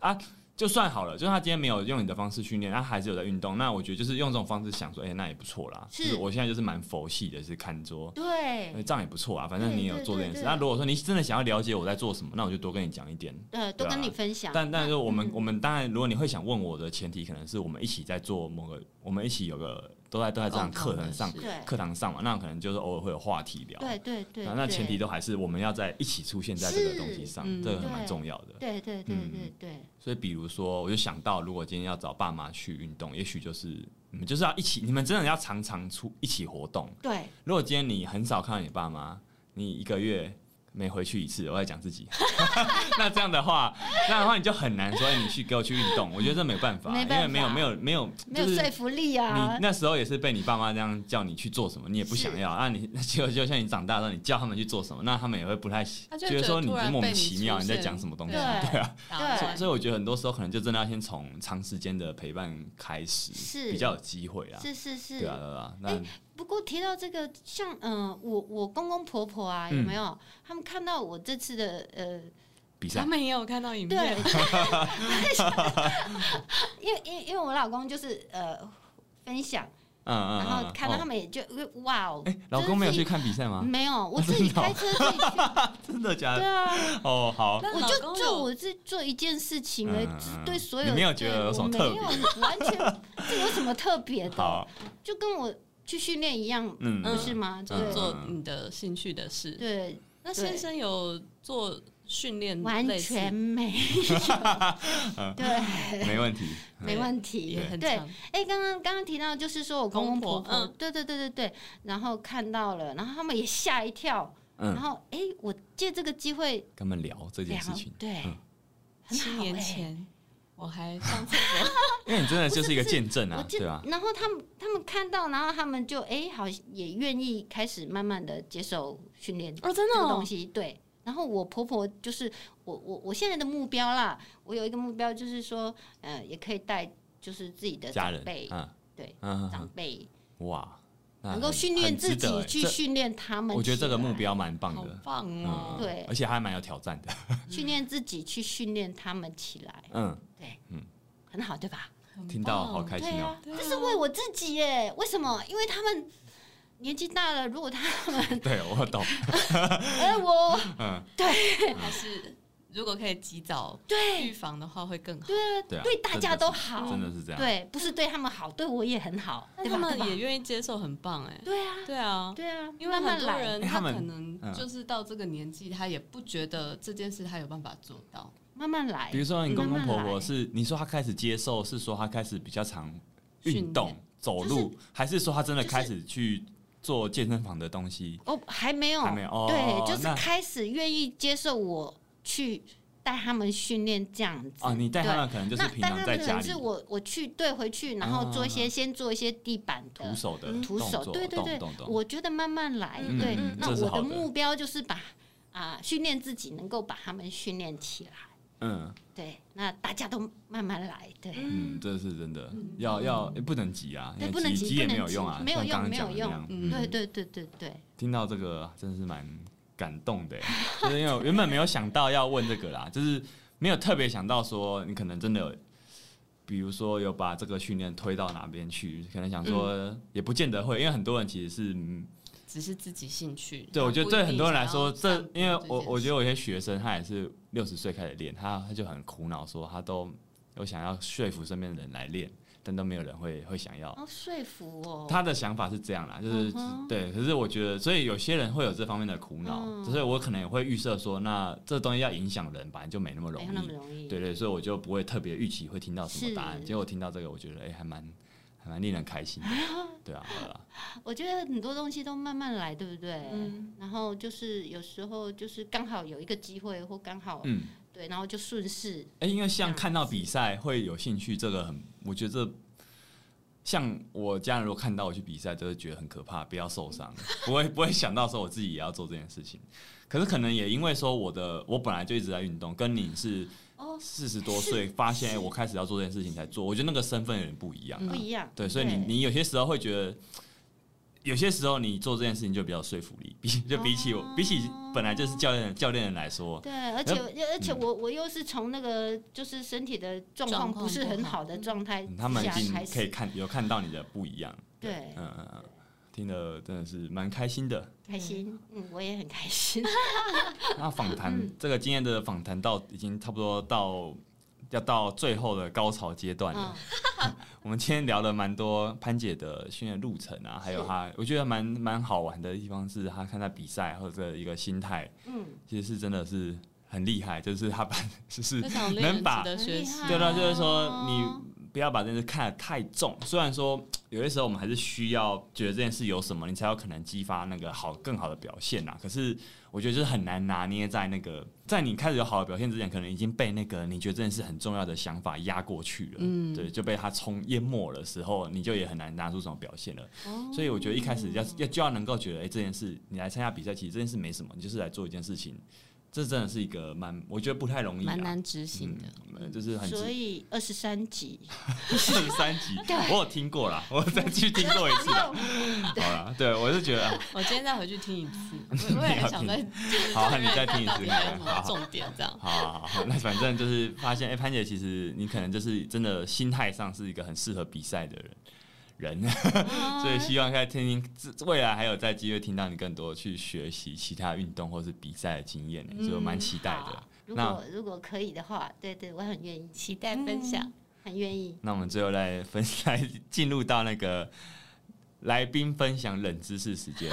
Speaker 1: 啊，就算好了，就算他今天没有用你的方式训练，他还是有在运动。那我觉得就是用这种方式想说，哎、那也不错啦。
Speaker 3: 是
Speaker 1: 就是我现在就是蛮佛系的，是看桌。
Speaker 3: 对，
Speaker 1: 呃这样也不错啊，反正你也有
Speaker 3: 哎对对
Speaker 1: 做这件
Speaker 3: 对
Speaker 1: 事。
Speaker 3: 对
Speaker 1: 那如果说你真的想要了解我在做什么，那我就多跟你讲一点。
Speaker 3: 呃，
Speaker 1: 对
Speaker 3: 都
Speaker 1: 啊
Speaker 3: 跟你分享，
Speaker 1: 但但是我们、
Speaker 3: 嗯
Speaker 1: 我们当然，如果你会想问我的前提，可能是我们一起在做某个，我们一起有个都在都在这样
Speaker 4: 共同
Speaker 1: 课
Speaker 4: 的
Speaker 1: 堂上
Speaker 4: 事
Speaker 3: 对
Speaker 1: 课堂上嘛，那可能就是偶尔会有话题聊。
Speaker 3: 对对对，
Speaker 1: 那那前提
Speaker 3: 对
Speaker 1: 都还是我们要在一起出现在这个东西上，
Speaker 4: 是嗯
Speaker 1: 这个还蛮
Speaker 3: 对
Speaker 1: 重要的。
Speaker 3: 对对对
Speaker 1: 嗯
Speaker 3: 对对，
Speaker 1: 所以比如说，我就想到，如果今天要找爸妈去运动，也许就是你们就是要一起，你们真的要常常出一起活动。
Speaker 3: 对，
Speaker 1: 如果今天你很少看到你爸妈，你一个月没回去一次，我在讲自己。 那这样的话，那的话你就很难说哎你去给我去运动。我觉得这没办法，
Speaker 3: 没办
Speaker 1: 因
Speaker 3: 法
Speaker 1: 为没有没有没有
Speaker 3: 没有
Speaker 1: 就是
Speaker 3: 说服力
Speaker 1: 你
Speaker 3: 啊，
Speaker 1: 那时候也是被你爸妈这样叫你去做什么，你也不
Speaker 3: 是
Speaker 1: 想要啊你。 就就像你长大之后，你叫他们去做什么，那他们也会不太喜
Speaker 4: 他就
Speaker 1: 觉得
Speaker 4: 觉得
Speaker 1: 说你
Speaker 4: 突然
Speaker 1: 是莫名
Speaker 4: 被你
Speaker 1: 其妙
Speaker 4: 出
Speaker 1: 你在
Speaker 4: 现
Speaker 1: 讲什么东西。
Speaker 3: 对
Speaker 1: 对啊，
Speaker 4: 打
Speaker 3: 对
Speaker 4: 算
Speaker 1: 所以我觉得很多时候可能就真的要先从长时间的陪伴开始，
Speaker 3: 是
Speaker 1: 比较有机会啦。
Speaker 3: 是是是
Speaker 1: 对啊，，对啊，那
Speaker 3: 哎不过提到这个，像嗯、呃我我公公婆婆啊，有
Speaker 1: 嗯
Speaker 3: 没有、他们看到我这次的呃，
Speaker 1: 比赛
Speaker 4: 他们也有看到影
Speaker 3: 对
Speaker 4: 片，，
Speaker 3: 因为因为因为我老公就是呃分享，
Speaker 1: 嗯嗯，
Speaker 3: 然后看到他
Speaker 1: 们。
Speaker 3: 们也就哇哦
Speaker 1: 哎，，老公没有
Speaker 3: 就
Speaker 1: 去
Speaker 3: 是自
Speaker 1: 看比赛
Speaker 3: 己，
Speaker 1: 吗？哦
Speaker 3: 没有，我自己开车自己去，
Speaker 1: 真的假
Speaker 3: 对
Speaker 1: 的？
Speaker 3: 啊，
Speaker 1: 哦，好，
Speaker 4: 那
Speaker 3: 我
Speaker 4: 老
Speaker 3: 就
Speaker 4: 公
Speaker 3: 做
Speaker 4: 有
Speaker 3: 我自做一件事情而已，
Speaker 1: 嗯
Speaker 3: 只
Speaker 1: 嗯
Speaker 3: 对所有
Speaker 1: 你没有觉得有
Speaker 3: 对
Speaker 1: 什么
Speaker 3: 我
Speaker 1: 特别
Speaker 3: 没有完全这有什么特别的，
Speaker 1: 好，
Speaker 3: 就跟我去训练一样，
Speaker 1: 嗯，
Speaker 3: 不是吗？对
Speaker 1: 嗯
Speaker 3: 不
Speaker 4: 做你的兴趣的事。
Speaker 3: 对对，
Speaker 4: 那先生有做训练
Speaker 3: 完
Speaker 4: 类似
Speaker 3: 全没
Speaker 1: 嗯
Speaker 3: 有，对，
Speaker 1: 没问题。
Speaker 3: 没问题
Speaker 4: 也。很
Speaker 3: 对，
Speaker 4: 长，
Speaker 3: 哎，刚刚刚刚提到就是说我公公婆
Speaker 4: 公婆
Speaker 3: 婆，
Speaker 4: 嗯
Speaker 3: 对对对对对，然后看到了，然后他们也吓一跳，
Speaker 1: 嗯，
Speaker 3: 然后哎，我借这个机会
Speaker 1: 跟他们聊这件
Speaker 3: 聊
Speaker 1: 事情，，
Speaker 3: 对
Speaker 1: 嗯，
Speaker 3: 很
Speaker 4: 七
Speaker 3: 好
Speaker 4: 年
Speaker 3: 哎
Speaker 4: 前我还上厕所，
Speaker 1: 因为你真的就是一个见证
Speaker 3: 啊我
Speaker 1: 啊，
Speaker 3: 就
Speaker 1: 对吧？
Speaker 3: 然后他们他们看到，然后他们就哎、好像也愿意开始慢慢的接受训练
Speaker 4: 哦，真
Speaker 3: 这
Speaker 4: 的
Speaker 3: 个
Speaker 4: 哦
Speaker 3: 东，西。对，然后我婆婆就是我我我现在的目标啦，我有一个目标就是说，呃，也可以带就是自己的
Speaker 1: 家
Speaker 3: 长
Speaker 1: 人
Speaker 3: 辈，，
Speaker 1: 嗯，
Speaker 3: 对
Speaker 1: 嗯，
Speaker 3: 长
Speaker 1: 嗯，
Speaker 3: 辈
Speaker 1: 嗯哇，那
Speaker 3: 能够
Speaker 1: 很
Speaker 3: 训练
Speaker 1: 很值
Speaker 3: 自
Speaker 1: 得
Speaker 3: 己
Speaker 1: 欸
Speaker 3: 去
Speaker 1: 这
Speaker 3: 训练他们起来。
Speaker 1: 我觉得这个目标蛮棒
Speaker 4: 好
Speaker 1: 的，
Speaker 4: 棒
Speaker 1: 嗯，
Speaker 4: 哦！
Speaker 3: 对
Speaker 1: 而且还蛮有挑战的，
Speaker 3: 训练自己去训练他们起来，
Speaker 1: 嗯，
Speaker 3: 很好，对吧？
Speaker 4: 很棒
Speaker 1: 听到好开心
Speaker 3: 对
Speaker 1: 哦
Speaker 3: 啊，，这是为我自己耶。为什么？因为他们年纪大了，如果 他们
Speaker 1: 对我懂，
Speaker 3: 哎、我
Speaker 4: 还是如果可以及早
Speaker 3: 对
Speaker 4: 预防的话，会更好。
Speaker 3: 对啊，
Speaker 1: 对啊
Speaker 3: 对大家都好，
Speaker 1: 真的是这样，
Speaker 3: 对，不是对他们好，对我也很好，
Speaker 4: 那
Speaker 3: 对
Speaker 4: 他
Speaker 3: 吧？
Speaker 4: 们
Speaker 3: 对吧
Speaker 4: 也愿意接受，很棒哎。
Speaker 3: 对啊，
Speaker 4: 对啊，
Speaker 3: 对啊，
Speaker 4: 因为
Speaker 3: 慢
Speaker 4: 很
Speaker 3: 慢
Speaker 4: 多
Speaker 3: 来，
Speaker 4: 人
Speaker 1: 哎他
Speaker 4: 他
Speaker 1: 们
Speaker 4: 可能
Speaker 1: 嗯
Speaker 4: 就是到这个年纪，他也不觉得这件事他有办法做到。
Speaker 3: 慢慢来。
Speaker 1: 比如说你公公
Speaker 3: 哎慢慢
Speaker 1: 婆
Speaker 3: 来
Speaker 1: 婆是，你说他开始接受，是说他开始比较常运
Speaker 4: 训
Speaker 1: 动
Speaker 4: 练、
Speaker 1: 走
Speaker 3: 就是
Speaker 1: 路，还是说他真的
Speaker 3: 就是
Speaker 1: 开始去做健身房的东西？
Speaker 3: 哦，还没有，
Speaker 1: 还没有哦
Speaker 3: 对，就是
Speaker 1: 那
Speaker 3: 开始愿意接受我去带他们训练这样子。
Speaker 1: 哦，你带他们可能就是
Speaker 3: 对那
Speaker 1: 平
Speaker 3: 带
Speaker 1: 常
Speaker 3: 他
Speaker 1: 在
Speaker 3: 们可
Speaker 1: 家
Speaker 3: 能
Speaker 1: 里
Speaker 3: 是我我去对回去，然后做一些、
Speaker 1: 啊
Speaker 3: 先做一些地板
Speaker 1: 徒
Speaker 3: 的。嗯
Speaker 1: 手的
Speaker 3: 徒
Speaker 1: 动
Speaker 3: 手
Speaker 1: 作，
Speaker 3: 对对对
Speaker 1: 动动动
Speaker 3: 我觉得慢慢来，
Speaker 1: 嗯
Speaker 3: 对
Speaker 1: 嗯。
Speaker 3: 那
Speaker 1: 这是
Speaker 3: 我
Speaker 1: 好的
Speaker 3: 目标就是把啊训练自己，能够把他们训练起来。
Speaker 1: 嗯
Speaker 3: 对，那大家都慢慢来，对。
Speaker 1: 嗯，这是真的，要要诶不能急啊，因
Speaker 3: 对
Speaker 1: 为
Speaker 3: 不能
Speaker 1: 急
Speaker 3: 急
Speaker 1: 急也
Speaker 3: 不
Speaker 1: 没
Speaker 3: 能
Speaker 1: 有用
Speaker 3: 急
Speaker 1: 啊，
Speaker 3: 没有
Speaker 1: 像
Speaker 3: 用
Speaker 1: 刚刚
Speaker 3: 没有
Speaker 1: 讲的那
Speaker 3: 用
Speaker 1: 样
Speaker 4: 嗯
Speaker 3: 对对对对对，
Speaker 1: 听到这个真的是蛮感动的欸， 就是因为我原本没有想到要问这个啦，就是没有特别想到说你可能真的有，比如说有把这个训练推到哪边去，可能想说
Speaker 4: 嗯
Speaker 1: 也不见得会，因为很多人其实是嗯
Speaker 4: 只是自己兴趣。
Speaker 1: 对，我觉得对很多人来说，
Speaker 4: 他
Speaker 1: 这
Speaker 4: 不一定
Speaker 1: 因为
Speaker 4: 想要散步
Speaker 1: 我我觉
Speaker 4: 这件事
Speaker 1: 得我有些学生他也是六十岁开始练，他他就很苦恼说他都有想要说服身边的人来练，但都没有人会会想要。
Speaker 3: 哦，说服哦，
Speaker 1: 他的想法是这样啦，就是、
Speaker 3: 嗯哼
Speaker 1: 对，可是我觉得，所以有些人会有这方面的苦恼，
Speaker 3: 嗯
Speaker 1: 所以我可能也会预设说，那这东西要影响人，本来就没那么容
Speaker 3: 没有那
Speaker 1: 易，
Speaker 3: 么容易，
Speaker 1: 对对，所以我就不会特别预期会听到什么答案，
Speaker 3: 是
Speaker 1: 结果听到这个，我觉得哎、还蛮还蛮令人开 心的，对啊，对啊，
Speaker 3: 我觉得很多东西都慢慢来，对不对？
Speaker 4: 嗯
Speaker 3: 然后就是有时候就是刚好有一个机会，或刚好、
Speaker 1: 嗯，
Speaker 3: 对，然后就顺势。
Speaker 1: 哎、因为像看到比赛会有兴趣，这个很，我觉得这像我家人如果看到我去比赛，都会觉得很可怕，不要受伤，不会不会想到说我自己也要做这件事情。可是可能也因为说我的我本来就一直在运动，跟你是
Speaker 3: 哦
Speaker 1: 四十多岁发现、哎我开始要做这件事情才做，我觉得那个身份有点不一样、啊。
Speaker 3: 不一样，
Speaker 1: 对，所以你你有些时候会觉得，有些时候你做这件事情就比较有说服力，比就比起我、比起本来就是教练教练人来说，
Speaker 3: 对，而且、而
Speaker 1: 嗯
Speaker 3: 且我我又是从那个就是身体的状
Speaker 4: 状
Speaker 3: 况
Speaker 4: 况
Speaker 3: 不是很
Speaker 4: 不好
Speaker 3: 好的状态
Speaker 1: 嗯他们已
Speaker 3: 下
Speaker 1: 经
Speaker 3: 开
Speaker 1: 可以
Speaker 3: 始，
Speaker 1: 看有看到你的不一样。
Speaker 3: 对，
Speaker 1: 嗯嗯嗯，听得真的是蛮开心的。
Speaker 3: 开心，嗯，我也很开心。
Speaker 1: 那访谈
Speaker 3: 嗯
Speaker 1: 这个今天的访谈到已经差不多到要到最后的高潮阶段了。
Speaker 3: 嗯，
Speaker 1: 我们今天聊了蛮多潘姐的训练路程啊，还有她，我觉得蛮蛮好玩的地方是她看她比赛或者一个心态，
Speaker 3: 嗯，
Speaker 1: 其实是真的是很厉害，就是她把 就是
Speaker 4: 非常令
Speaker 1: 能
Speaker 4: 人
Speaker 1: 把
Speaker 4: 值得学习
Speaker 3: 很厉。害
Speaker 1: 对了，
Speaker 3: 哦
Speaker 1: 就是说你不要把这件事看得太重。虽然说有些时候我们还是需要觉得这件事有什么，你才有可能激发那个好更好的表现呐、可是我觉得就是很难拿捏在那个，在你开始有好的表现之前，可能已经被那个你觉得这件事很重要的想法压过去了，
Speaker 4: 嗯
Speaker 1: 对，就被它冲淹没了时候，你就也很难拿出什么表现了。
Speaker 3: 哦
Speaker 1: 所以我觉得一开始要要就要能够觉得，哎、这件事你来参加比赛，其实这件事没什么，你就是来做一件事情。这真的是一个蛮，我觉得不太容易、啊，
Speaker 4: 蛮难执行的。
Speaker 1: 嗯，就是很
Speaker 3: 所以二十三集，
Speaker 1: 二十三集，我有听过啦， 我再去听过一次啦。好啦，对我是觉得啊
Speaker 4: 我今天再回去听一次， 我我也很想再
Speaker 1: 好，你再听一
Speaker 4: 到
Speaker 1: 次
Speaker 4: 底
Speaker 1: 看
Speaker 4: 还
Speaker 1: 看，
Speaker 4: 有什
Speaker 1: 好
Speaker 4: 么
Speaker 1: 好。
Speaker 4: 重点这样。
Speaker 1: 好好好好，那反正就是发现，哎、潘姐其实你可能就是真的心态上是一个很适合比赛的人，人， 所以希望在听听自未来还有在机会听到你更多去学习其他运动或是比赛的经验，所以我蛮期待的
Speaker 3: 好。如
Speaker 1: 那
Speaker 3: 果如果可以的话，对对，我很愿意，期待分享，
Speaker 4: 嗯
Speaker 3: 很愿意。
Speaker 1: 那我们最后来分 来进入到那个来宾分享冷知识时间。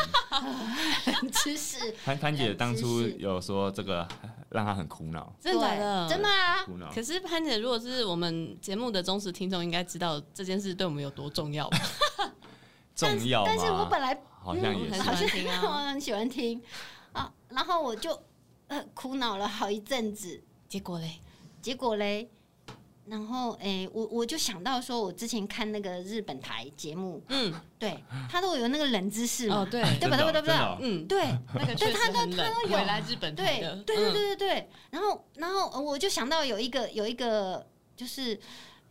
Speaker 3: 知识，
Speaker 1: 潘潘姐
Speaker 3: 冷知
Speaker 1: 当初
Speaker 3: 识
Speaker 1: 有说这个 让她很苦恼，
Speaker 4: 真的假的
Speaker 3: 对真的啊，
Speaker 1: 苦恼。
Speaker 4: 可是潘姐，如果是我们节目的忠实听众，应该知道这件事对我们有多重要吧？
Speaker 1: 重要吗？
Speaker 3: 但是我本来
Speaker 1: 好像也
Speaker 4: 嗯
Speaker 1: 是
Speaker 4: 很喜欢
Speaker 3: 好像
Speaker 4: 听啊
Speaker 3: 我很喜欢听啊，然后我就呃苦恼了好一阵子，
Speaker 4: 结果嘞，
Speaker 3: 结果嘞，然后诶、我我就想到说，我之前看那个日本台节目，
Speaker 4: 嗯，
Speaker 3: 对，他都有那个冷知识嘛，
Speaker 4: 哦对，
Speaker 3: 对吧？
Speaker 1: 真的哦
Speaker 3: 对吧？对
Speaker 1: 真的
Speaker 3: 吧？
Speaker 1: 哦
Speaker 4: 嗯，
Speaker 3: 对，
Speaker 4: 那个确实很冷
Speaker 3: 他都，有
Speaker 4: 回来日本
Speaker 3: 对
Speaker 4: 来的，
Speaker 3: 对对
Speaker 4: 嗯，
Speaker 3: 对对对。然后然后呃我就想到有一个有一个就是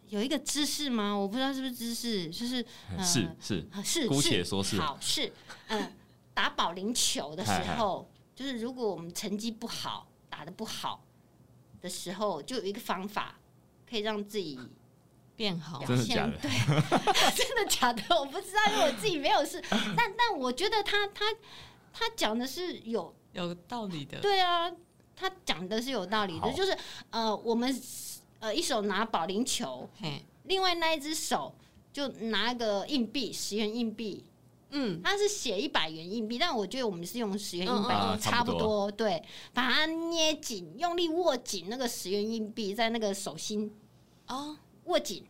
Speaker 3: 有一个知识吗？我不知道是不是知识，就是嗯
Speaker 1: 是是，
Speaker 3: 啊是
Speaker 1: 姑且说是
Speaker 3: 好是嗯，打保龄球的时候，就是如果我们成绩不好，打的不好的时候，就有一个方法可以让 自己
Speaker 4: 变好
Speaker 3: 表
Speaker 1: 真的
Speaker 3: 现
Speaker 1: 假的
Speaker 3: 对，真的假的？我不知道，因为我自己没有试。但但我觉得他他他讲的是有
Speaker 4: 有道理的，
Speaker 3: 对啊，他讲的是有道理
Speaker 1: 好
Speaker 3: 的，就是呃，我们呃一手拿保龄球，
Speaker 4: 嘿，
Speaker 3: 另外那一只手就拿一个硬币，十元硬币，
Speaker 4: 嗯，
Speaker 3: 他是写一百元硬币，但我觉得我们是用十元硬币，
Speaker 1: 嗯嗯嗯
Speaker 3: 差
Speaker 1: 差不
Speaker 3: 不多，对，把它捏紧，用力握紧那个十元硬币，在那个手心
Speaker 4: 哦，
Speaker 3: 握紧，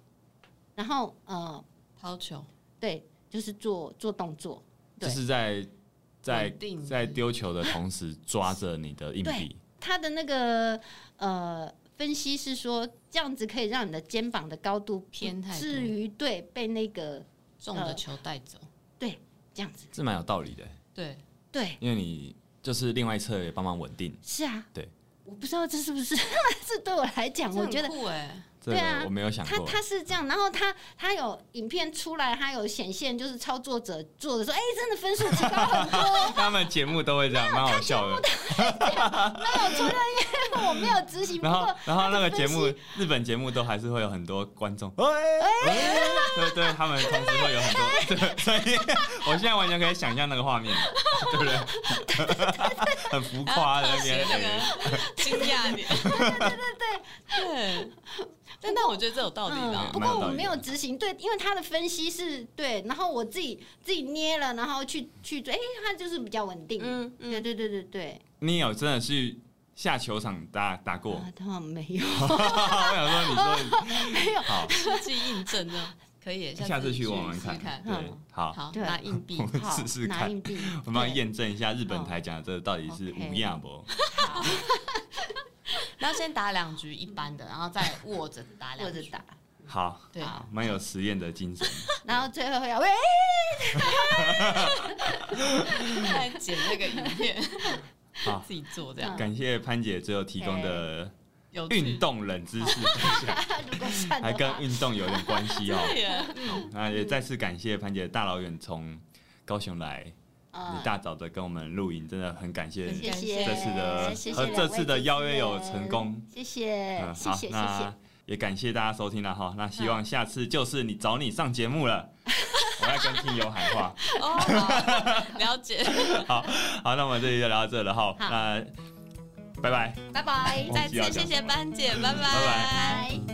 Speaker 3: 然后呃，
Speaker 4: 抛球，
Speaker 3: 对，就是做做动作，
Speaker 1: 就
Speaker 3: 对
Speaker 1: 是在在
Speaker 4: 稳定
Speaker 1: 在丢球的同时抓着你的硬币
Speaker 3: 对，他的那个呃分析是说，这样子可以让你的肩膀的高度不
Speaker 4: 偏太多
Speaker 3: 至于对被那个
Speaker 4: 中的球带走，
Speaker 3: 这样子，
Speaker 1: 这蛮有道理的，
Speaker 4: 对，
Speaker 3: 对，
Speaker 1: 因为你就是另外一侧也帮忙稳定。
Speaker 3: 是啊，
Speaker 1: 对，
Speaker 3: 我不知道这是不是， 是对我来讲，我觉得。
Speaker 4: 酷哎，
Speaker 1: 这
Speaker 3: 对啊
Speaker 1: 个我没有想
Speaker 3: 他
Speaker 1: 过，
Speaker 3: 他是这样，然后他他有影片出来，他有显现，就是操作者做的说，哎、真的分数提高很多，
Speaker 1: 他们节目都会这样，蛮好笑的。
Speaker 3: 因为我没有执行。不
Speaker 1: 然后
Speaker 3: 过，
Speaker 1: 然后那个节目
Speaker 3: 分，
Speaker 1: 日本节目都还是会有很多观众，哎对对，他们同时会有很多， 对，所以我现在完全可以想象那个画面， 对不对？ 很浮夸的那边，
Speaker 4: 那个惊讶你，对对对对 对，但但我觉得这有道理啦
Speaker 3: 嗯，，不
Speaker 1: 蛮有
Speaker 3: 过
Speaker 1: 道
Speaker 3: 我
Speaker 1: 理
Speaker 3: 没
Speaker 1: 的
Speaker 3: 有执行，对，因为他的分析是对，然后我自己自己捏了，然后去去追，哎、他就是比较稳定。
Speaker 4: 嗯嗯
Speaker 3: 对对对对对，
Speaker 1: 你有真的去下球场打打过？
Speaker 3: 啊，他没有，
Speaker 1: 我想说，你说你
Speaker 3: 没有，
Speaker 1: 好，
Speaker 4: 实际印证呢，可以耶，
Speaker 1: 下次去玩玩
Speaker 4: 试
Speaker 1: 看
Speaker 4: 试，看，
Speaker 1: 对，好，
Speaker 4: 好，
Speaker 3: 对
Speaker 4: 拿硬 币
Speaker 1: 我，们
Speaker 3: 好
Speaker 1: 试试
Speaker 3: 拿
Speaker 1: 看
Speaker 3: 硬币，
Speaker 1: 我们要
Speaker 3: 对
Speaker 1: 验证一下日本台讲的这到底是
Speaker 3: 好，OK
Speaker 1: 五样不？
Speaker 3: 好
Speaker 4: 然后先打两局一般的，然后再握着打
Speaker 3: 或
Speaker 4: 两
Speaker 3: 者
Speaker 4: 局，
Speaker 3: 打，
Speaker 1: 好，
Speaker 4: 对，
Speaker 3: 好
Speaker 1: 蛮有实验的精神。
Speaker 3: 然后最后要喂，
Speaker 4: 再 剪那个影片，
Speaker 1: 好哎
Speaker 4: 自己做这样，
Speaker 1: 感谢潘姐最后提供的
Speaker 4: 有趣
Speaker 1: 运动冷知 识分享，
Speaker 3: 如果算
Speaker 1: 还
Speaker 3: 的
Speaker 1: 跟
Speaker 3: 话，
Speaker 1: 运动有点关系 哦。
Speaker 4: 对耶，
Speaker 1: 那也再次感谢潘姐大老远从高雄来，
Speaker 3: 嗯
Speaker 1: 你大早的跟我们录影，真的很感谢
Speaker 4: 谢
Speaker 3: 谢
Speaker 4: 谢
Speaker 3: 谢
Speaker 1: 这次的
Speaker 3: 谢谢
Speaker 1: 和
Speaker 3: 两
Speaker 1: 这
Speaker 3: 位
Speaker 1: 次的
Speaker 3: 主持
Speaker 1: 邀约有
Speaker 3: 人
Speaker 1: 成功，
Speaker 3: 谢谢
Speaker 1: 嗯，
Speaker 3: 谢
Speaker 1: 好，
Speaker 3: 谢谢
Speaker 1: 那
Speaker 3: 谢，
Speaker 1: 也感谢大家收听了哈。那希望下次就是你找你上节目 了，我要跟听友喊话。
Speaker 4: 哦，好 了解，
Speaker 1: 好，那我们这里就聊到这了哈。
Speaker 3: 好
Speaker 1: 那拜拜。
Speaker 3: 拜拜
Speaker 1: 忘
Speaker 4: 再
Speaker 1: 记要
Speaker 4: 次
Speaker 1: 讲
Speaker 4: 谢谢班姐，拜
Speaker 1: 嗯拜
Speaker 3: 拜。